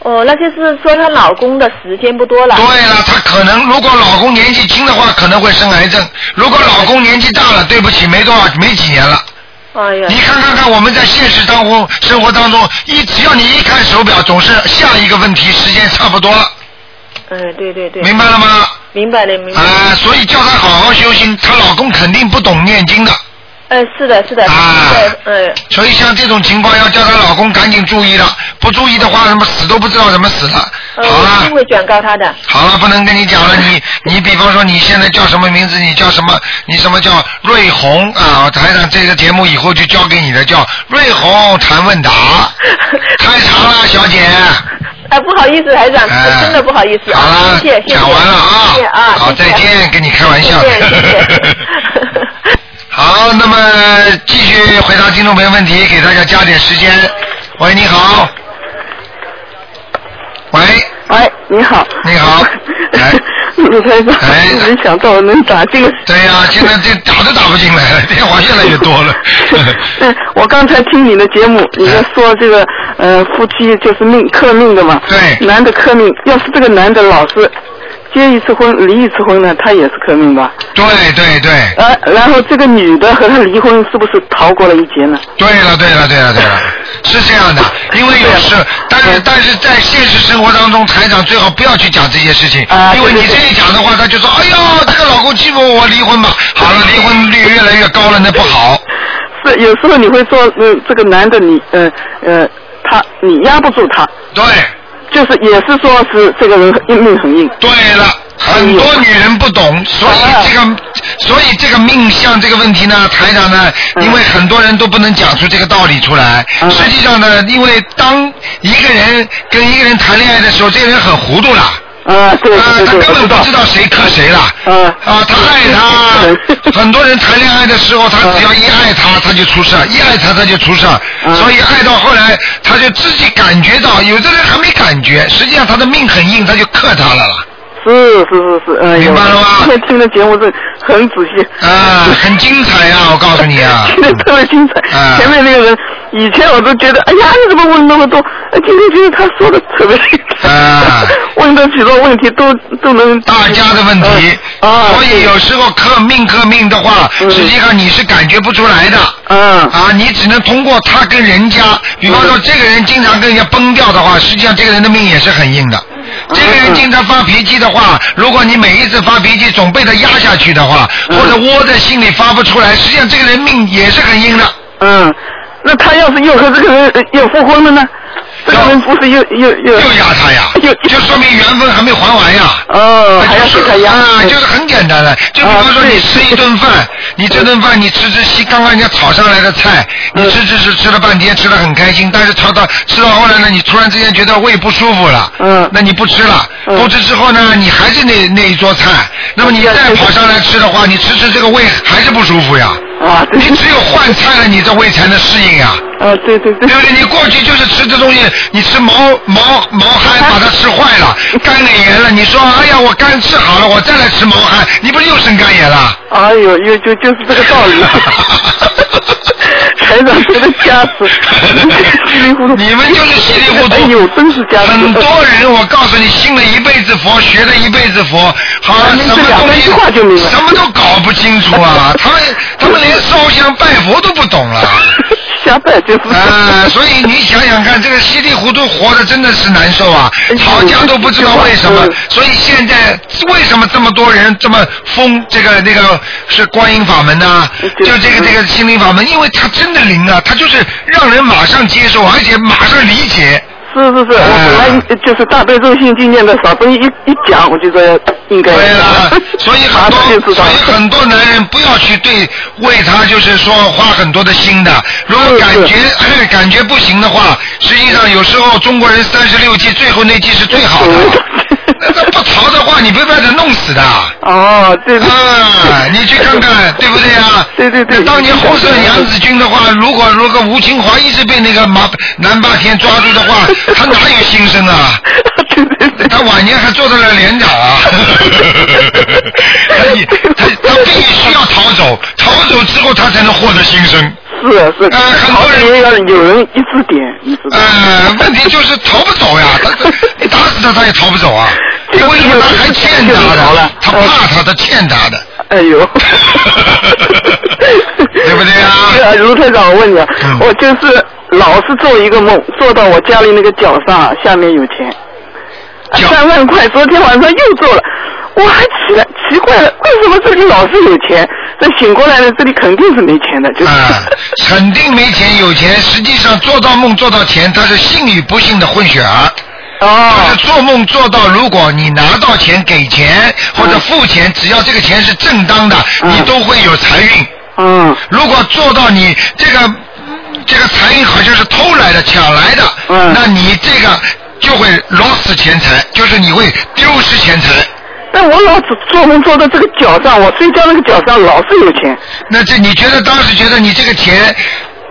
S8: 哦，那就是说她老公的时间不多了。
S1: 对了，她可能如果老公年纪轻的话，可能会生癌症；如果老公年纪大了，对不起，没多少没几年了。
S8: 哎呀
S1: 你，看看看，我们在现实当中生活当中，一只要你一看手表，总是下一个问题时间差不多了。
S8: 呃，对对对，
S1: 明白了吗？
S8: 明白了，明白了。
S1: 啊，所以叫她好好修心，她老公肯定不懂念经的。
S8: 嗯，是的，
S1: 啊
S8: 是的，对，嗯，
S1: 所以像这种情况，要叫她老公赶紧注意了，不注意的话，怎么死都不知道怎么死了。
S8: 嗯，
S1: 好啊
S8: 我一
S1: 了
S8: 定，会转告他的。
S1: 好了，不能跟你讲了。你你比方说你现在叫什么名字？你叫什么？你什么叫瑞红啊？台长这个节目以后就交给你的，叫瑞红谈问答。太长了，小姐。
S8: 哎，不好意思，台长，
S1: 哎
S8: 真的不好意思
S1: 好
S8: 啊，
S1: 了，
S8: 谢谢，谢谢，
S1: 讲完了啊。
S8: 谢谢啊，
S1: 好，
S8: 谢谢
S1: 再见，跟你开玩笑。
S8: 谢谢，谢谢。
S1: 好，那么继续回答听众朋友问题，给大家加点时间。喂，你好。喂，
S7: 哎，你好，
S1: 你好。 来，
S7: 卢台长，
S1: 哎
S7: 我没想到我能打 进来。
S1: 对呀、现在这打都打不进来了， 电话越来越多了。
S7: 嗯，我刚才听你的节目，你在说这个呃夫妻就是命克命的嘛，
S1: 对，
S7: 男的克命，要是这个男的老是结一次婚离一次婚呢，他也是克命吧？
S1: 对对对，
S7: 呃，然后这个女的和他离婚是不是逃过了一劫呢？
S1: 对了对了对了对了，是这样的，因为有时，但是但是在现实生活当中，台长最好不要去讲这些事情，
S7: 啊
S1: 因为你
S7: 对对
S1: 这一讲的话，他就说，哎呦，这个老公欺负我，离婚吧。好了，离婚率越来越高了，那不好。
S7: 是有时候你会说，嗯，这个男的你呃呃他你压不住他，
S1: 对，
S7: 就是也是说是这个人硬命很硬。
S1: 对了，
S7: 哎
S1: 很多女人不懂，所以这个，所以这个命相这个问题呢，台长呢，因为很多人都不能讲出这个道理出来。
S7: 嗯
S1: 实际上呢，因为当一个人跟一个人谈恋爱的时候，这个人很糊涂了，
S7: 啊，对
S1: 啊，
S7: 对
S1: 他
S7: 对，
S1: 根本
S7: 我知
S1: 不
S7: 道
S1: 知。道谁克谁了。
S7: 啊
S1: 啊，他爱
S7: 嗯
S1: 他， 很多人谈恋爱的时候，他只要一爱他，他就出事儿；一爱他，他就出事儿。
S7: 嗯
S1: 所以爱到后来，他就自己感觉到，有的人还没感觉，实际上他的命很硬，他就克他了啦。
S7: 是是是是，哎呦，
S1: 明白了吗
S7: 今天听的节目是很仔细，
S1: 啊，很精彩 啊！我告诉你啊，
S7: 听的特别精彩。
S1: 啊
S7: 前面那个人，以前我都觉得，哎呀，你怎么问那么多？哎今天觉得他说的特别精彩，
S1: 啊
S7: 问的许多问题都都能
S1: 大家的问题，
S7: 啊啊
S1: 所以有时候克命克命的话，
S7: 嗯
S1: 实际上你是感觉不出来的。
S7: 嗯
S1: 啊，你只能通过他跟人家，比方说这个人经常跟人家崩掉的话，实际上这个人的命也是很硬的。
S7: 嗯
S1: 这个人经常发脾气的话，如果你每一次发脾气总被他压下去的话，
S7: 嗯
S1: 或者窝在心里发不出来，实际上这个人命也是很硬的。
S7: 嗯，那他要是又和这个人呃又复婚了呢？这个人不是又又又
S1: 又压他呀，
S7: 又
S1: 就说明缘分还没还完呀。
S7: 哦，还要给他压
S1: 啊，就是很简单的，就比方说
S7: 啊对
S1: 你吃一 顿饭，你这顿饭你吃吃西刚刚人家炒上来的菜，
S7: 嗯
S1: 你吃吃吃吃了半天，吃的很开心，但是炒到吃到后来呢，你突然之间觉得胃不舒服了，
S7: 嗯
S1: 那你不吃了，
S7: 嗯
S1: 不吃之后呢，你还是那那一桌菜，那么你再跑上来吃的话，你吃吃这个胃还是不舒服 呀，
S7: 啊，对
S1: 你，只有换菜了，你这胃才能适应呀。
S7: 啊，对 对
S1: 对，
S7: 对
S1: 不对？你过去就是吃这东西，你吃毛毛毛 蚶把它吃坏了，肝给炎了。你说，哎呀，我肝吃好了，我再来吃毛蚶，你不是又生肝炎 了？
S7: 哎呦，又就就是这个道理。 台长觉得加持，稀里糊涂。
S1: 你们就是稀里糊涂
S7: 哎呦，真是加持。
S1: 很多人，我告诉你，信了一辈子佛，学了一辈子佛，好了，
S7: 啊您
S1: 什么
S7: 这两
S1: 东
S7: 三
S1: 西
S7: 句话就明白
S1: 什么都搞不清楚啊！他们他们连烧香拜佛都不懂了。
S7: 瞎拜就是。
S1: 啊，所以你想想看，这个稀里糊涂活的真的是难受 啊
S7: 哎，呦
S1: 吵架都不知道为什么
S7: 嗯。
S1: 所以现在为什么这么多人这么疯这个那个是观音法门呐、
S7: 对
S1: 就这个
S7: 嗯
S1: 这个心灵法门，因为它真的灵啊，它就是让人马上接受，而且马上理解。
S7: 是是是，我本
S1: 啊
S7: 来就是大悲咒心经念的少，所以一一讲我就觉得应该。
S1: 对 了，所以很
S7: 马上就
S1: 多，
S7: 知道
S1: 所以很多男人不要去对为他就是说花很多的心的。如果
S7: 是
S1: 感
S7: 是
S1: 觉、哎、感觉不行的话，实际上有时候中国人三十六计最后那计是最好的。那他 不逃的话，你被外头弄死的。
S7: 嗯 哦，对对。
S1: 啊，你去看看，对不对啊？
S7: 对对对
S1: 那当年红色娘子军的话，如果如果吴清华一直被那个马南霸天抓住的话，他哪有心声啊？
S7: 对对 对。
S1: 他晚年还做到了连长 啊，他也他他必须要逃走，逃走之后他才能获得新生。
S7: 是是，
S1: 呃很
S7: 好
S1: 多人
S7: 也要有人一致点，一致点。
S1: 呃，问题就是逃不走呀，他他你打死他他也逃不走啊，
S7: 这
S1: 因
S7: 个
S1: 为什么他还欠他
S7: 这个好
S1: 的
S7: 了，
S1: 他怕他，他欠他的。，
S7: 哎呦
S1: 呃 对不对啊
S7: 啊？卢台长，我问你啊，
S1: 嗯
S7: 我就是老是做一个梦，做到我家里那个脚上下面有钱，啊
S1: 脚
S7: 三万块，昨天晚上又做了。我还起来奇怪了，为什么这里老是有钱？这醒过来了，这里肯定是没钱的，就是、
S1: 啊，肯定没钱有钱，实际上做到梦做到钱，它是信与不信的混血儿。就是
S7: 哦，
S1: 啊做梦做到，如果你拿到钱、给钱或者付钱，只要这个钱是正当的，
S7: 嗯
S1: 你都会有财运。
S7: 嗯
S1: 如果做到你这个嗯这个财运好像是偷来的、抢来的，
S7: 嗯
S1: 那你这个就会 lost 钱财，就是你会丢失钱财。
S7: 但我老做做梦做到这个脚上，我睡觉那个脚上老是有钱，
S1: 那这你觉得当时觉得你这个钱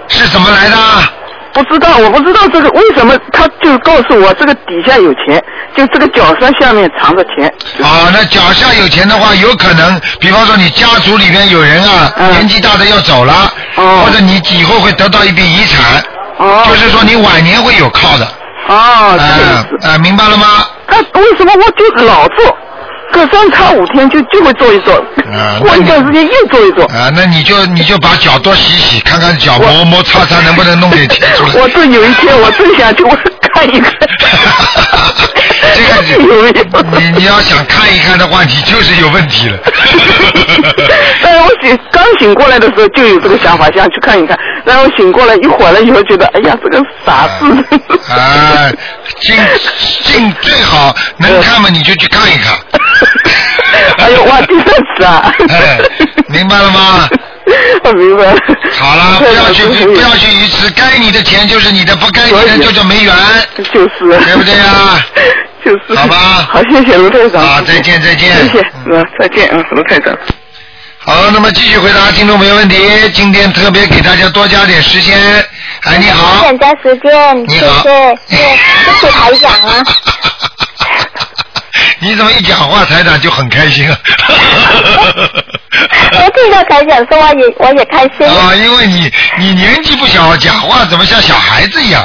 S1: 是怎么来的啊？
S7: 不知道我不知道这个为什么他就告诉我这个底下有钱，就这个脚上下面藏着钱，
S1: 啊，那脚下有钱的话，有可能，比方说你家族里面有人啊，
S7: 嗯
S1: 年纪大的要走了，
S7: 哦
S1: 或者你以后会得到一笔遗产，
S7: 哦
S1: 就是说你晚年会有靠的，
S7: 哦，这个意
S1: 呃
S7: 思。
S1: 呃，明白了吗？
S7: 他为什么我就老做，隔三差五天就就会做一做，
S1: 啊
S7: 过一段时间又做一做。
S1: 啊、那你就你就把脚多洗洗，看看脚
S7: 我
S1: 磨磨擦擦能不能弄点钱 出来。，
S7: 我正有一天，我正想去我看一看
S1: 这个
S7: 有没有？
S1: 你你要想看一看的话，你就是有问 题了。
S7: 但是我醒刚醒过来的时候就有这个想法，想去看一看。然后醒过来一会儿了以后，觉得哎呀，这个傻
S1: 嗯
S7: 子。
S1: 啊，尽尽最好能看嘛，你就去看一看。
S7: 哎呦，哇，第三次啊！
S1: 哎，明白了吗？
S7: 我明白了。
S1: 好 了，不要去不要去鱼池，该你的钱就是你的，不该你的
S7: 所以
S1: 就叫没缘。啊
S7: 就是，
S1: 对不对啊？
S7: 就是，
S1: 好吧
S7: 好，谢谢卢队长。
S1: 好再见再见
S7: 谢谢，
S1: 嗯
S7: 嗯，再见，嗯，卢队长。
S1: 好，那么继续回答听众朋友问题。今天特别给大家多加点时间。哎，你好，
S8: 很长时间，
S1: 你
S8: 谢
S1: 好
S8: 谢，谢谢台长啊。
S1: 你怎么一讲话，台长就很开心啊？
S2: 哎
S8: 我听到台长说，我也我也开 心。
S1: 啊，因为你你年纪不小，讲话怎么像小孩子一样？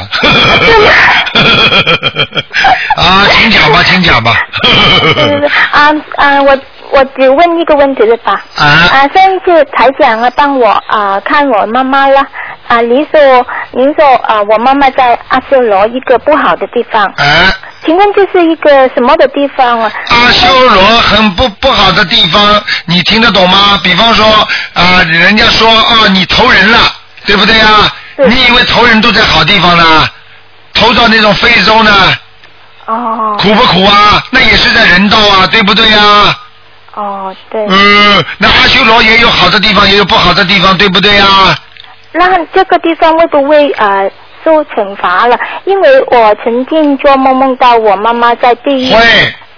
S1: 啊，请讲吧，请讲吧。
S2: 嗯
S8: 就是啊啊，我我只问一个问题的吧。
S1: 啊，
S8: 啊，上一次台长啊帮我啊看我妈妈了啊，您说您说啊，我妈妈在阿修罗一个不好的地方，
S1: 哎，
S8: 请问这是一个什么的地方啊？
S1: 阿修罗很不不好的地方，你听得懂吗？比方说啊、人家说哦，你投人了，对不对啊？
S8: 对
S1: 你以为投人都在好地方呢？投到那种非洲呢，
S8: 哦
S1: 苦不苦啊？那也是在人道啊，对不对啊？
S8: 哦，对，
S1: 嗯，那阿修罗也有好的地方，也有不好的地方，对不对啊？
S8: 那这个地方会不会啊受惩罚了？因为我曾经做梦梦到我妈妈在地狱
S1: 会，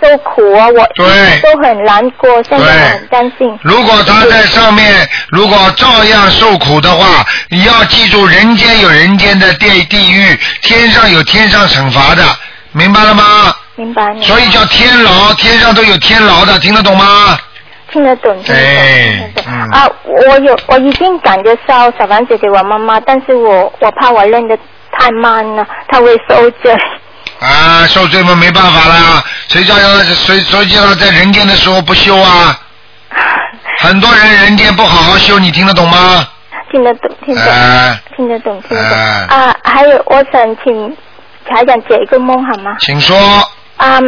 S8: 受苦啊，我
S1: 对
S8: 都很难过，现在我很担心。
S1: 如果他在上面，如果照样受苦的话，你要记住，人间有人间的地地狱，天上有天上惩罚的，明白了吗？
S8: 明白你
S1: 所以叫天牢，天上都有天牢的，听得懂吗？
S8: 听得懂，听得
S1: 哎
S8: 懂，听得懂。
S1: 嗯
S8: 啊，我有我已经赶着烧小房子给我妈妈，但是我我怕我认得太慢了，她会受罪。
S1: 啊，受罪嘛，没办法啦，谁叫他谁谁叫他在人间的时候不修啊？很多人人间不好好修，你听得懂吗？
S8: 听得懂，听得懂，
S1: 哎
S8: 听得懂，听得懂。
S1: 哎
S8: 啊，还有我想请台长解一个梦好吗？
S1: 请说。
S8: 啊、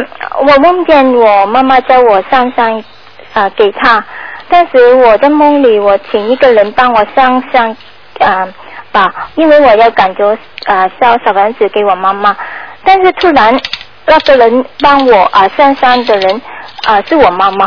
S8: 我梦见我妈妈在我上香，啊、给她。但是我在梦里，我请一个人帮我上香，啊、吧，因为我要赶着啊、烧小房子给我妈妈。但是突然，那个人帮我啊、上香的人啊、是我妈妈，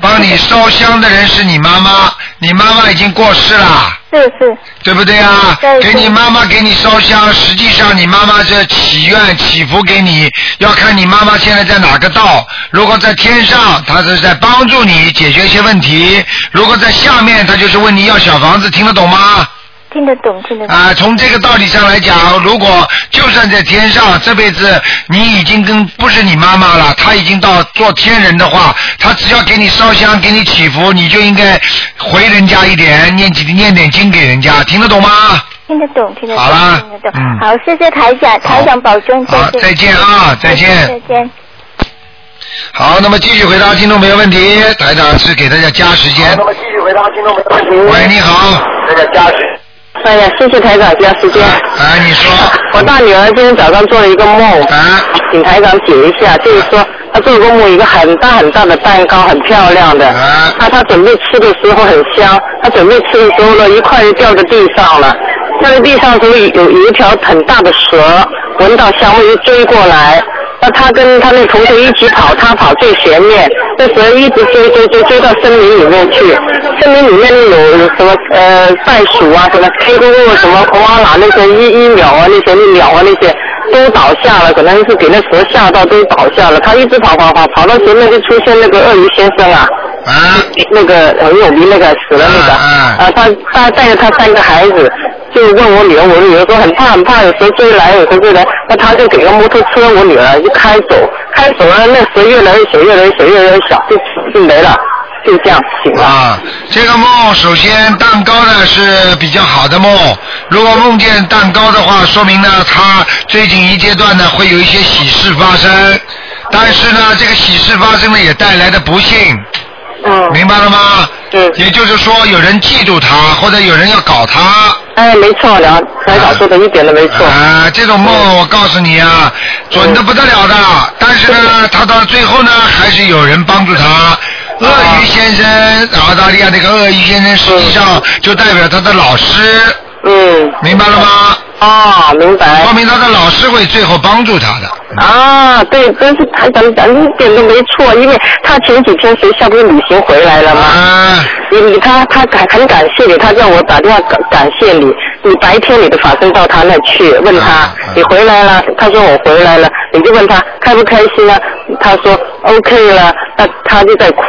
S1: 帮你烧香的人是你妈妈，你妈妈已经过世了，
S8: 是是，
S1: 对不对啊
S8: 对？
S1: 给
S8: 对
S1: 你妈妈给你烧香，实际上你妈妈这祈愿祈福给你，要看你妈妈现在在哪个道。如果在天上，她是在帮助你解决一些问题；如果在下面，她就是问你要小房子，听得懂吗？
S8: 听得懂，听得懂，
S1: 啊、从这个道理上来讲，如果就算在天上，这辈子你已经跟不是你妈妈了，她已经到做天人的话，她只要给你烧香，给你祈福，你就应该回人家一点，念几念点经给人家，听得懂吗？
S8: 听得懂，听得懂
S1: 好啦，
S8: 听得懂。
S1: 嗯
S8: 啊好，谢谢台长，台长保重，再
S1: 好，
S8: 见，
S1: 再见啊，再
S8: 再
S1: 见。
S8: 见。
S1: 好，那么继续回答听众朋友问题，台长是给大家加时间。
S9: 继续回答听众朋友
S1: 喂，你好，
S9: 哎呀，谢谢台长加时间。
S1: 哎，你说，
S9: 我大女儿今天早上做了一个梦，
S8: 啊
S1: 哎，
S9: 请台长解一下，就是说
S7: 她做给我一个很大很大的蛋糕，很漂亮
S1: 啊
S7: 的。她她准备吃的时候很香，她准备吃的时候呢，一块就掉在地上了。掉在地上的时候有有一条很大的蛇，闻到香味就追过来。那她跟她那同学一起跑，她跑最前面，那蛇一直追追追追到森林里面去。森林里面有有什么呃袋鼠啊，什么 K 咕咕什么恐蛙啦，那些一一鸟啊，那些那鸟啊那些都倒下了，可能是给那蛇吓到都倒下了。她一直跑跑跑，跑到前面就出现那个鳄鱼先生啊。那个很有名那个死了那个，啊，他他带着他三个孩子，就问我女儿，我女儿说很怕很怕，有时候追来，有时候追来，那他就给个摩托车，我女儿就开走，开走了，那蛇越来越小，越来越小，越来越小，就就没了，就这样醒了。
S1: 啊，这个梦首先蛋糕呢是比较好的梦，如果梦见蛋糕的话，说明呢他最近一阶段呢会有一些喜事发生，但是呢这个喜事发生了也带来的不幸。嗯。明白了吗？对。也就是说，有人嫉妒他，或者有人要搞他。
S7: 哎，没错，梁台长说的一点都没错。
S1: 啊，这种梦我告诉你啊，准的不得了的。但是呢，他到最后呢，还是有人帮助他。鳄鱼先生，澳大利亚那个鳄鱼先生，实际上就代表他的老师。
S7: 嗯。
S1: 明白了吗？
S7: 啊，明白。
S1: 说明他的老师会最后帮助他的。
S7: 啊，对，真是台长讲一点都没错，因为他前几天学校不是旅行回来了吗？
S1: 啊，
S7: 你你他他感很感谢你，他叫我打电话感感谢你，你白天你都发生到他那去，问他、你回来了，他说我回来了，你就问他开不开心啊？他说 OK 了，那他就在哭，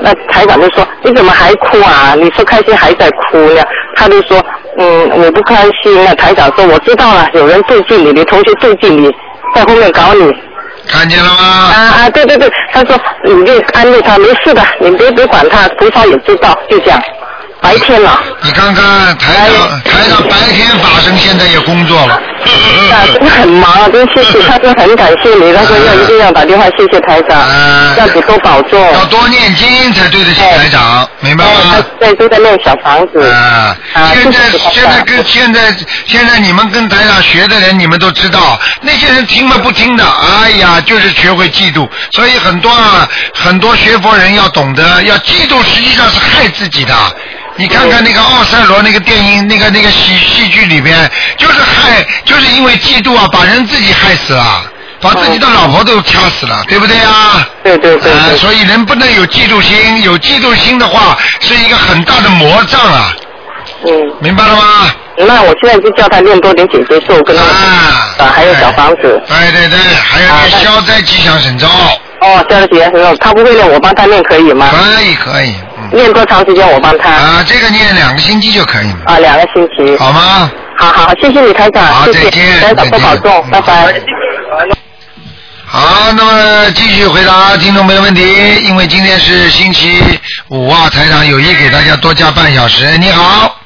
S7: 那台长就说你怎么还哭啊？你说开心还在哭呢？他就说嗯我不开心那台长说我知道了，有人妒忌你，你同学妒忌你，在后面搞你。
S1: 看见了吗？
S7: 啊啊，对对对，他说你就安慰他，没事的，你别别管他，菩萨也知道，就这样。白天了，
S1: 你看看台长，台长白天法身，现在也工作了。嗯
S7: 啊，真的很忙啊，真谢谢，他说很感谢你，他说要一定要打电话谢谢台长，要你多保重。
S1: 嗯要多念经才对得起台长，明白吗？
S7: 对，哎都在弄小房子。
S1: 啊，现在
S7: 谢谢台长
S1: 现在跟现在现在你们跟台长学的人，你们都知道，那些人听了不听的，哎呀，就是学会嫉妒。所以很多啊，很多学佛人要懂得，要嫉妒实际上是害自己的。你看看那个奥赛罗那个电影，那个那个戏戏剧里边，就是害，就是因为嫉妒啊，把人自己害死了。把自己的老婆都掐死了，对不对啊？
S7: 对对
S1: 嗯对啊、所以人不能有嫉妒心，有嫉妒心的话是一个很大的魔障啊。
S7: 嗯。
S1: 明白了吗？
S7: 那我现在就叫他念多点姐姐咒，跟他啊，还有小
S1: 哎
S7: 房子。啊
S1: 对对对，还有那个消灾吉祥神咒。
S7: 哦，叫他姐姐咒，他不会念，我帮他念可以吗？
S1: 可以可以。嗯
S7: 念多长时间我帮他？
S1: 啊，这个念两个星期就可以了。
S7: 啊，两个星期。
S1: 好吗？
S7: 好好，谢谢你台长，
S1: 好
S7: 谢
S1: 再
S7: 谢
S1: 见嗯
S7: 台长多保重，拜拜。
S1: 好，那么继续回答听众朋友问题，因为今天是星期五啊，台长有意给大家多加半小时。你好，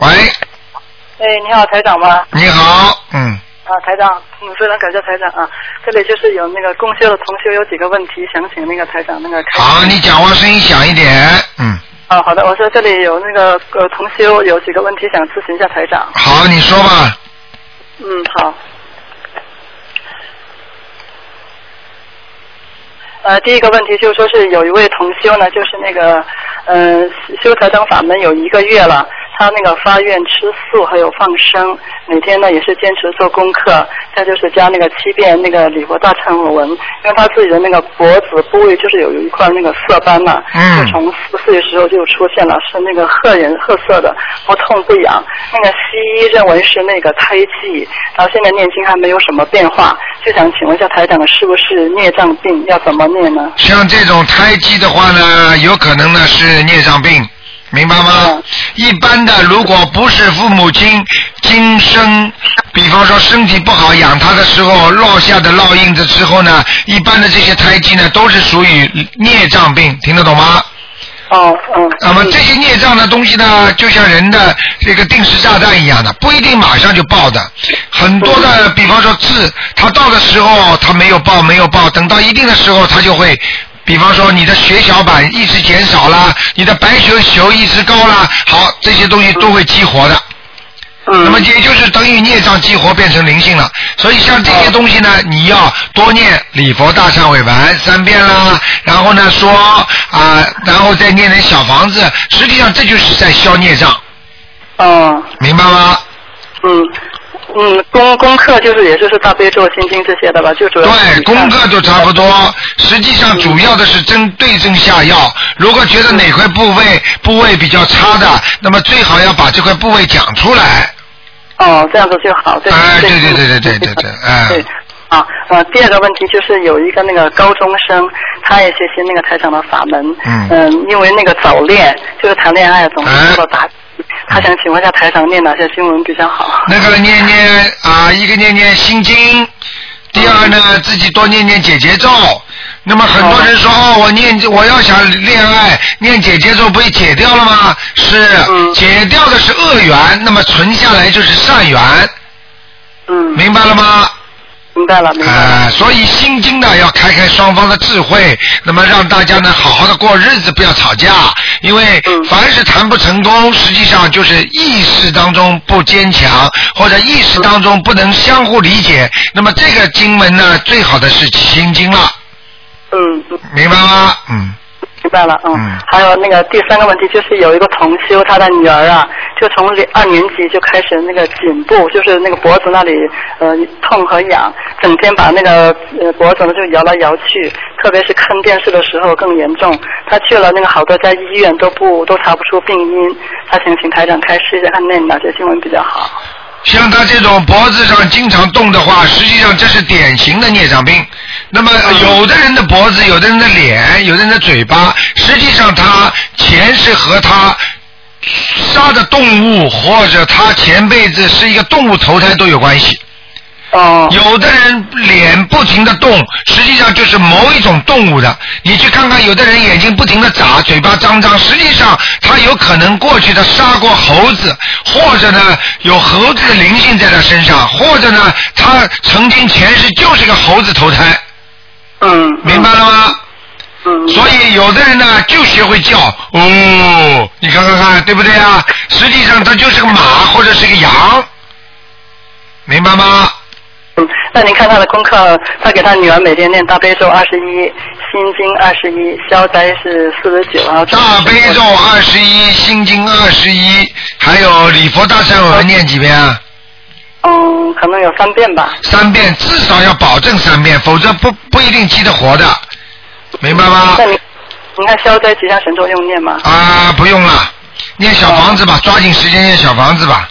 S1: 喂，
S10: 哎，你好，台长吗？
S1: 你好，嗯，
S10: 啊，台长，嗯，非常感谢台长啊。这里就是有那个共修的同修有几个问题，想请那个台长那个开。
S1: 好，你讲话声音响一点，嗯，
S10: 啊，好的，我说这里有那个呃同修有几个问题想咨询一下台长。
S1: 好，你说吧，
S10: 嗯，好。呃，第一个问题就是说是有一位同修呢，就是那个呃修台灯法门有一个月了，他那个发愿吃素还有放生，每天呢也是坚持做功课，再就是加那个七遍那个李博大忏悔文，因为他自己的那个脖子部位就是有一块那个色斑嘛，
S11: 嗯
S10: 就从四岁时候就出现了，是那个褐颜褐色的，不痛不痒。那个西医认为是那个胎记，然后现在念经还没有什么变化，就想请问一下台长是不是孽障病，要怎么念呢？
S1: 像这种胎记的话呢，有可能呢是孽障病，明白吗？一般的，如果不是父母亲今生，比方说身体不好养他的时候落下的烙印子之后呢，一般的这些胎记呢都是属于孽障病，听得懂吗？
S10: 哦，嗯。
S1: 那么啊这些孽障的东西呢，就像人的这个定时炸弹一样的，不一定马上就爆的。很多的，比方说痣，它到的时候它没有爆，没有爆，等到一定的时候它就会。比方说，你的血小板一直减少啦，你的白血球一直高啦，好，这些东西都会激活的。
S10: 嗯
S1: 那么也就是等于孽障激活变成灵性了。所以像这
S10: 嗯
S1: 些东西呢，你要多念礼佛大忏悔文三遍
S10: 嗯
S1: 啦，然后呢说啊、然后再念点小房子，实际上这就是在消孽障。
S10: 哦，
S1: 明白吗？
S10: 嗯嗯，功功课就是也就是大悲咒、心经这些的吧，就主要嗯
S1: 对，功课都差不多。实际上主要的是针对症下药。如果觉得
S10: 嗯
S1: 哪块部位部位比较差的，那么最好要把这块部位讲出来。
S10: 哦，这样子就好。对嗯
S1: 哎，对对对对对对 对，哎，
S10: 对啊，呃，第二个问题就是有一个那个高中生，他也学习那个台长的法门，
S1: 嗯啊
S10: 因为那个早恋，就是谈恋爱总是受到打击，他想请问一下台长念哪些经文比较好？
S1: 嗯那个念念啊，一个念念心经，第二
S10: 嗯
S1: 呢自己多念念解结咒。那么很多人说哦，我念我要想恋爱，念解结咒不会解掉了吗？是，
S10: 嗯
S1: 解掉的是恶缘，那么存下来就是善缘。
S10: 嗯，
S1: 明白了吗？
S10: 明白了，明
S1: 白了。啊、所以心经呢要开开双方的智慧，那么让大家呢好好的过日子，不要吵架。因为凡是谈不成功，实际上就是意识当中不坚强，或者意识当中不能相互理解。那么这个经文呢，最好的是心经了。
S10: 嗯，嗯
S1: 明白吗？嗯。
S10: 明白了，嗯。还有那个第三个问题就是有一个同修，他的女儿啊，就从零二年级就开始那个颈部，就是那个脖子那里呃痛和痒，整天把那个呃脖子呢就摇来摇去，特别是看电视的时候更严重。他去了那个好多家医院都不都查不出病因，他想请台长开示一下，看那哪些新闻比较好。
S1: 像他这种脖子上经常动的话，实际上这是典型的孽障病。那么有的人的脖子，有的人的脸，有的人的嘴巴，实际上他前世和他杀的动物，或者他前辈子是一个动物投胎都有关系。
S10: 哦。
S1: 有的人脸不停的动，实际上就是某一种动物的。你去看看，有的人眼睛不停的眨，嘴巴张张，实际上他有可能过去的杀过猴子，或者呢有猴子的灵性在他身上，或者呢他曾经前世就是个猴子投胎。
S10: 嗯。
S1: 明白了吗？嗯。所以有的人呢就学会叫哦，你看看看，对不对啊？实际上他就是个马或者是个羊，明白吗？
S10: 嗯，那您看他的功课，他给他女儿每天念大悲咒二十一，心经二十一，消灾是四十九，然后
S1: 大悲咒二十一，心经二十一，还有礼佛大忏悔文念几遍啊？
S10: 哦，可能有三遍吧。
S1: 三遍，至少要保证三遍，否则不不一定记得活的，明白吗
S10: 那？您您看消灾吉祥神咒用念吗？
S1: 啊，不用了，念小房子
S10: 哦
S1: 吧，抓紧时间念小房子吧。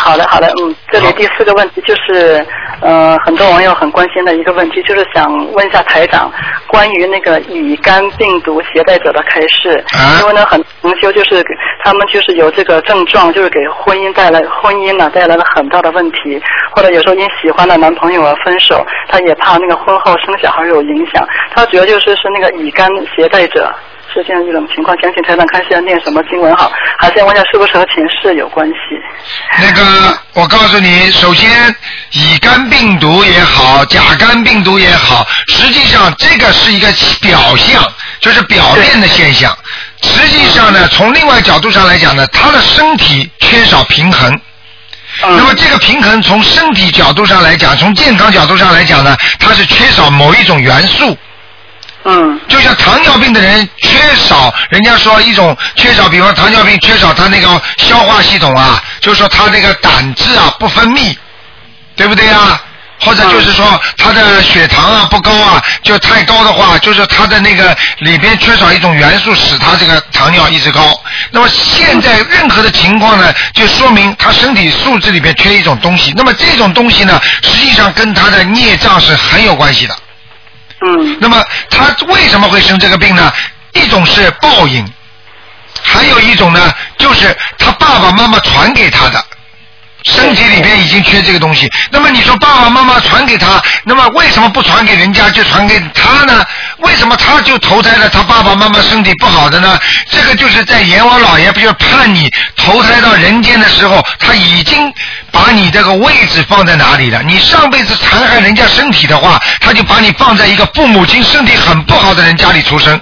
S10: 好的，好的，嗯，这里第四个问题就是，呃，很多网友很关心的一个问题，就是想问一下台长关于那个乙肝病毒携带者的开示，
S1: 啊
S10: 因为呢，很同修就是他们就是有这个症状，就是给婚姻带来婚姻呢、带来了很大的问题，或者有时候因喜欢的男朋友而分手，他也怕那个婚后生小孩有影响，他主要就是是那个乙肝携带者。是这样一种情况，想请台长看是要念什么经文好，还是要问一下是不是和前世有关系？
S1: 那个，我告诉你，首先，乙肝病毒也好，甲肝病毒也好，实际上这个是一个表象，就是表面的现象。实际上呢，从另外角度上来讲呢，他的身体缺少平衡。那么这个平衡从身体角度上来讲，从健康角度上来讲呢，它是缺少某一种元素。
S10: 嗯，
S1: 就像糖尿病的人缺少，人家说一种缺少，比方糖尿病缺少他那个消化系统啊，就是说他那个胆汁啊不分泌，对不对啊？或者就是说他的血糖啊不高啊，就太高的话，就是他的那个里边缺少一种元素，使他这个糖尿一直高。那么现在任何的情况呢，就说明他身体素质里边缺一种东西。那么这种东西呢，实际上跟他的孽障是很有关系的。
S10: 嗯。
S1: 那么他为什么会生这个病呢？一种是报应，还有一种呢，就是他爸爸妈妈传给他的。身体里边已经缺这个东西，那么你说爸爸妈妈传给他，那么为什么不传给人家，就传给他呢？为什么他就投胎了他爸爸妈妈身体不好的呢？这个就是在阎王老爷不就判你投胎到人间的时候，他已经把你这个位置放在哪里了？你上辈子残害人家身体的话，他就把你放在一个父母亲身体很不好的人家里出生，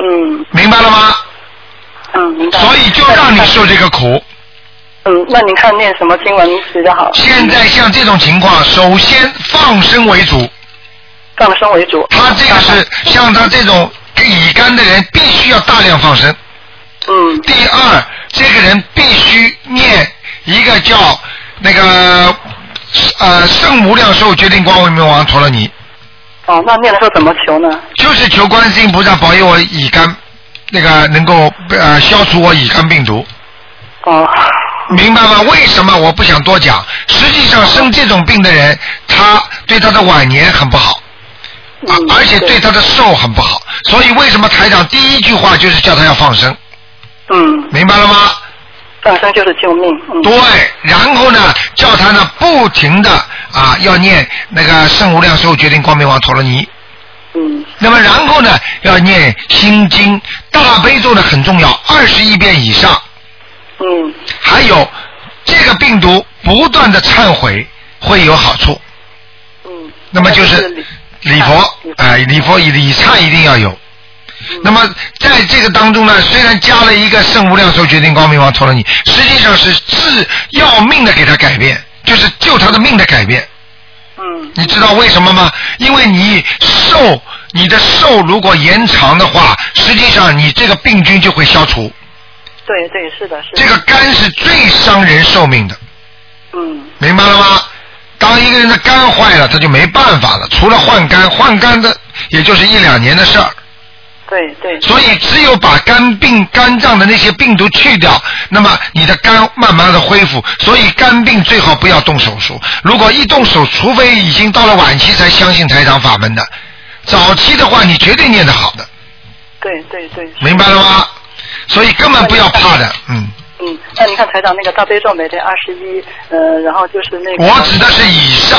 S10: 嗯
S1: 明白了吗？
S10: 嗯，明白。
S1: 所以就让你受这个苦。
S10: 嗯，那您看念什么经文比较好？
S1: 现在像这种情况，首先放生为主。
S10: 放生为主。
S1: 他这个是像他这种乙肝的人，必须要大量放生。
S10: 嗯。
S1: 第二，这个人必须念一个叫那个呃圣无量寿决定光明王陀罗尼，
S10: 哦，那念的时候怎么求呢？
S1: 就是求观世音菩萨保佑我乙肝那个能够呃消除我乙肝病毒。
S10: 哦。
S1: 明白吗？为什么我不想多讲？实际上生这种病的人，他对他的晚年很不好，
S10: 嗯
S1: 啊，而且对他的寿很不好。所以为什么台长第一句话就是叫他要放生？
S10: 嗯，
S1: 明白了吗？
S10: 放生就是救命。嗯。
S1: 对，然后呢，叫他呢不停的啊要念那个圣无量寿决定光明王陀罗尼。
S10: 嗯。
S1: 那么然后呢，要念心经、大悲咒呢很重要，二十一遍以上。
S10: 嗯。
S1: 还有这个病毒不断的忏悔会有好处。
S10: 嗯。
S1: 那么就是礼佛，哎、礼佛以礼忏一定要有。那么在这个当中呢，虽然加了一个圣无量寿决定光明王陀罗尼，实际上是治要命的给他改变，就是救他的命的改变。
S10: 嗯。
S1: 你知道为什么吗？因为你寿，你的寿如果延长的话，实际上你这个病菌就会消除。
S10: 对对，是的，是的。
S1: 这个肝是最伤人寿命的，
S10: 嗯
S1: 明白了吗？当一个人的肝坏了，他就没办法了，除了换肝，换肝的也就是一两年的事儿。
S10: 对对。
S1: 所以只有把肝病、肝脏的那些病毒去掉，那么你的肝慢慢的恢复。所以肝病最好不要动手术，如果一动手，除非已经到了晚期才相信台长法门的，早期的话你绝对念得好的，
S10: 对对对。是
S1: 明白了吗？所以根本不要怕的，嗯。
S10: 嗯，那你看台长那个大悲咒每天二十一，呃，然后就是那个
S1: 我指的是以上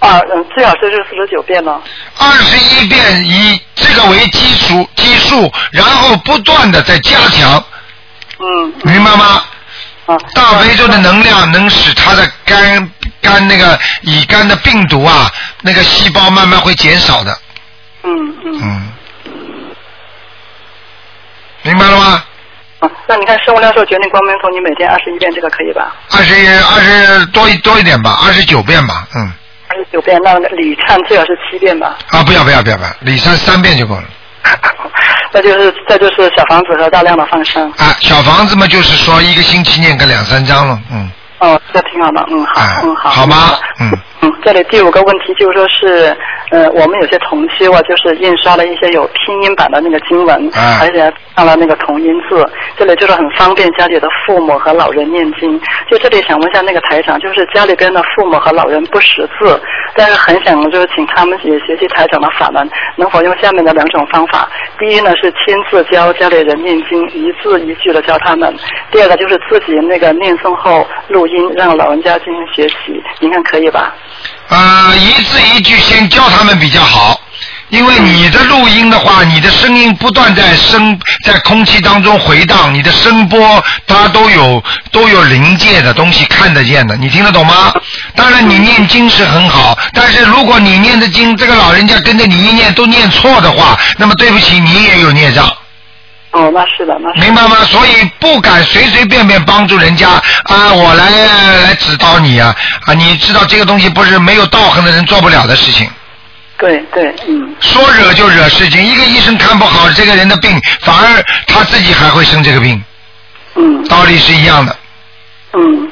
S10: 啊，嗯，最好是是四十九遍呢。
S1: 二十一遍，以这个为基础基数，然后不断的在加强，
S10: 嗯
S1: 明白吗？
S10: 啊，
S1: 大悲咒的能量能使他的肝肝那个乙肝的病毒啊，那个细胞慢慢会减少的。
S10: 嗯嗯
S1: 嗯，明白了吗？
S10: 啊，那你看生无量寿决定光明头，你每天二十一遍，这个可以吧？
S1: 二十二十多一多一点吧，二十九遍吧，嗯。
S10: 二十九遍，那礼忏最好是七遍吧？
S1: 啊，不要不要不要不要，李三三遍就够了。
S10: 那就是这就是小房子和大量的放生。
S1: 啊，小房子嘛，就是说一个星期念个两三张了，嗯。
S10: 哦，这挺好的，嗯，好，
S1: 哎
S10: 嗯，好，
S1: 好吗嗯
S10: 嗯，这里第五个问题就是说是，呃，我们有些同修啊，就是印刷了一些有拼音版的那个经文，
S1: 哎
S10: 而且还上了那个同音字，这里就是很方便家里的父母和老人念经。就这里想问一下那个台长，就是家里边的父母和老人不识字，但是很想就是请他们也学习台长的法门，能否用下面的两种方法？第一呢是亲自教家里人念经，一字一句的教他们；第二个就是自己那个念诵后录音，让老人家进行学习。您看可以吧？
S1: 呃，一字一句先教他们比较好，因为你的录音的话，你的声音不断在声在空气当中回荡，你的声波它都有都有临界的东西看得见的，你听得懂吗？当然你念经是很好，但是如果你念的经，这个老人家跟着你一念都念错的话，那么对不起，你也有孽障。
S10: 哦，那是的，那是的
S1: 明白吗？所以不敢随随便便帮助人家啊，我来来指导你啊啊！你知道这个东西不是没有道行的人做不了的事情，
S10: 对对，嗯，
S1: 说惹就惹事情。一个医生看不好这个人的病，反而他自己还会生这个病，
S10: 嗯
S1: 道理是一样的，
S10: 嗯，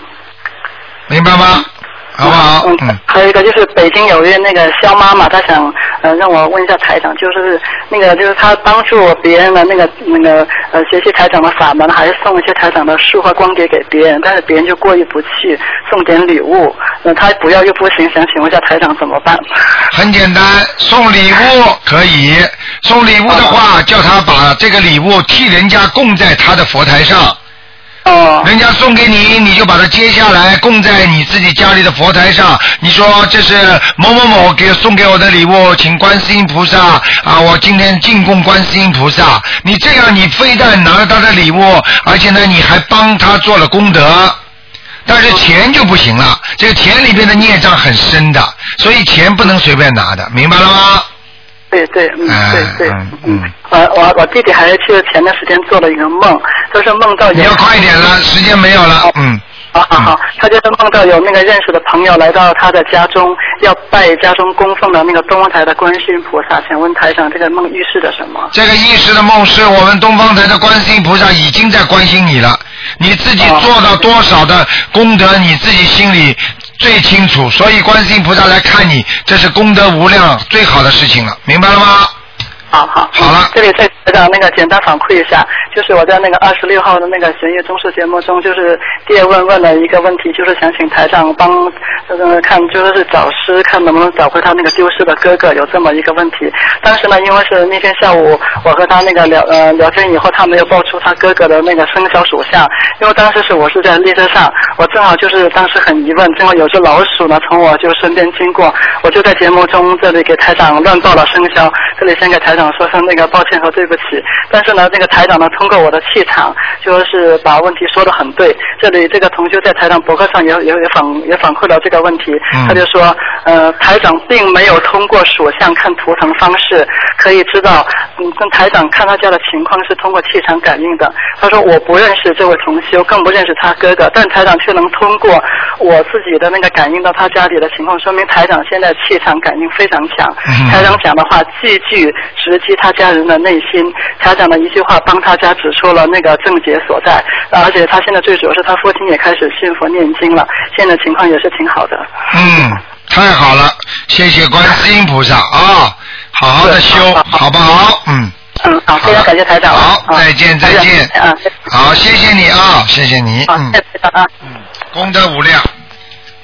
S1: 明白吗？好不好？嗯
S10: 嗯，，还有一个就是北京有一位那个肖妈妈，她想呃让我问一下台长，就是那个就是她帮助别人的那个那个呃学习台长的法门，还是送一些台长的书和光碟给别人，但是别人就过意不去，送点礼物，那、她不要又不行，想请问一下台长怎么办？
S1: 很简单，送礼物可以，送礼物的
S10: 嗯
S1: 话，叫他把这个礼物替人家供在他的佛台上。
S10: 哦，
S1: 人家送给你，你就把它接下来供在你自己家里的佛台上。你说这是某某某给送给我的礼物，请观世音菩萨啊！我今天进贡观世音菩萨。你这样，你非但拿了他的礼物，而且呢，你还帮他做了功德。但是钱就不行了，这个钱里边的孽障很深的，所以钱不能随便拿的，明白了吗？
S7: 对对，嗯，对对，
S1: 嗯，
S7: 我
S10: 呃
S7: 我我弟弟还是前段时间做了一个梦，就是梦到有
S1: 你要快一点了，时间没有了，嗯，
S7: 好啊好好，他就是梦到有那个认识的朋友来到他的家中，要拜家中供奉的那个东方台的观世音菩萨。请问台长，这个梦预示着什么？
S1: 这个意识的梦是我们东方台的观世音菩萨已经在关心你了，你自己
S7: 啊
S1: 做到多少的功德，你自己心里最清楚，所以观世音菩萨来看你，这是功德无量最好的事情了，明白了吗？
S7: 好好好了，这里再台长那个简单反馈一下，就是我在那个二十六号的那个悬疑综述节目中，就是叶问问了一个问题，就是想请台长帮呃看，就是是找师看能不能找回他那个丢失的哥哥，有这么一个问题。当时呢，因为是那天下午我和他那个聊呃聊天以后，他没有报出他哥哥的那个生肖属相，因为当时是我是在列车上，我正好就是当时很疑问，正好有只老鼠呢从我就身边经过，我就在节目中这里给台长乱报了生肖，这里先给台长说声那个抱歉和对不起。但是呢，那个台长呢通过我的气场，就是把问题说的很对。这里这个同学在台长博客上也也也反也反馈了这个问题，
S12: 嗯
S7: 他就说，呃，台长并没有通过属相看图腾方式可以知道，嗯，跟台长看他家的情况是通过气场感应的。他说我不认识这位同修，更不认识他哥哥，但台长却能通过我自己的那个感应到他家里的情况，说明台长现在气场感应非常强。
S12: 嗯
S7: 台长讲的话句句直击他家人的内心，台长的一句话帮他家指出了那个症结所在，而且他现在最主要是他父亲也开始信佛念经了，现在情况也是挺好的。
S1: 嗯，太好了，谢谢观世音菩萨啊，好好的修，好不好？嗯，
S7: 嗯，好，非常感谢台长。啊好，
S1: 再见再见，好，谢谢你啊，谢谢你，嗯，嗯，功德无量。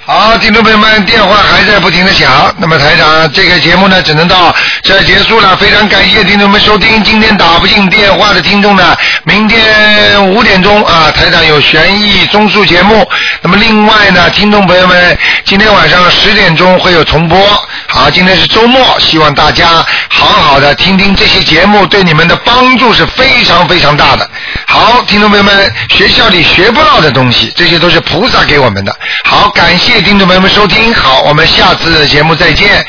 S1: 好，听众朋友们，电话还在不停的响。那么台长，这个节目呢，只能到这儿结束了。非常感谢听众们收听。今天打不进电话的听众呢，明天五点钟啊，台长有悬疑综述节目。那么另外呢，听众朋友们，今天晚上十点钟会有重播。好，今天是周末，希望大家好好的听听这些节目，对你们的帮助是非常非常大的。好，听众朋友们，学校里学不到的东西，这些都是菩萨给我们的。好，感谢听众朋友们收听，好，我们下次节目再见。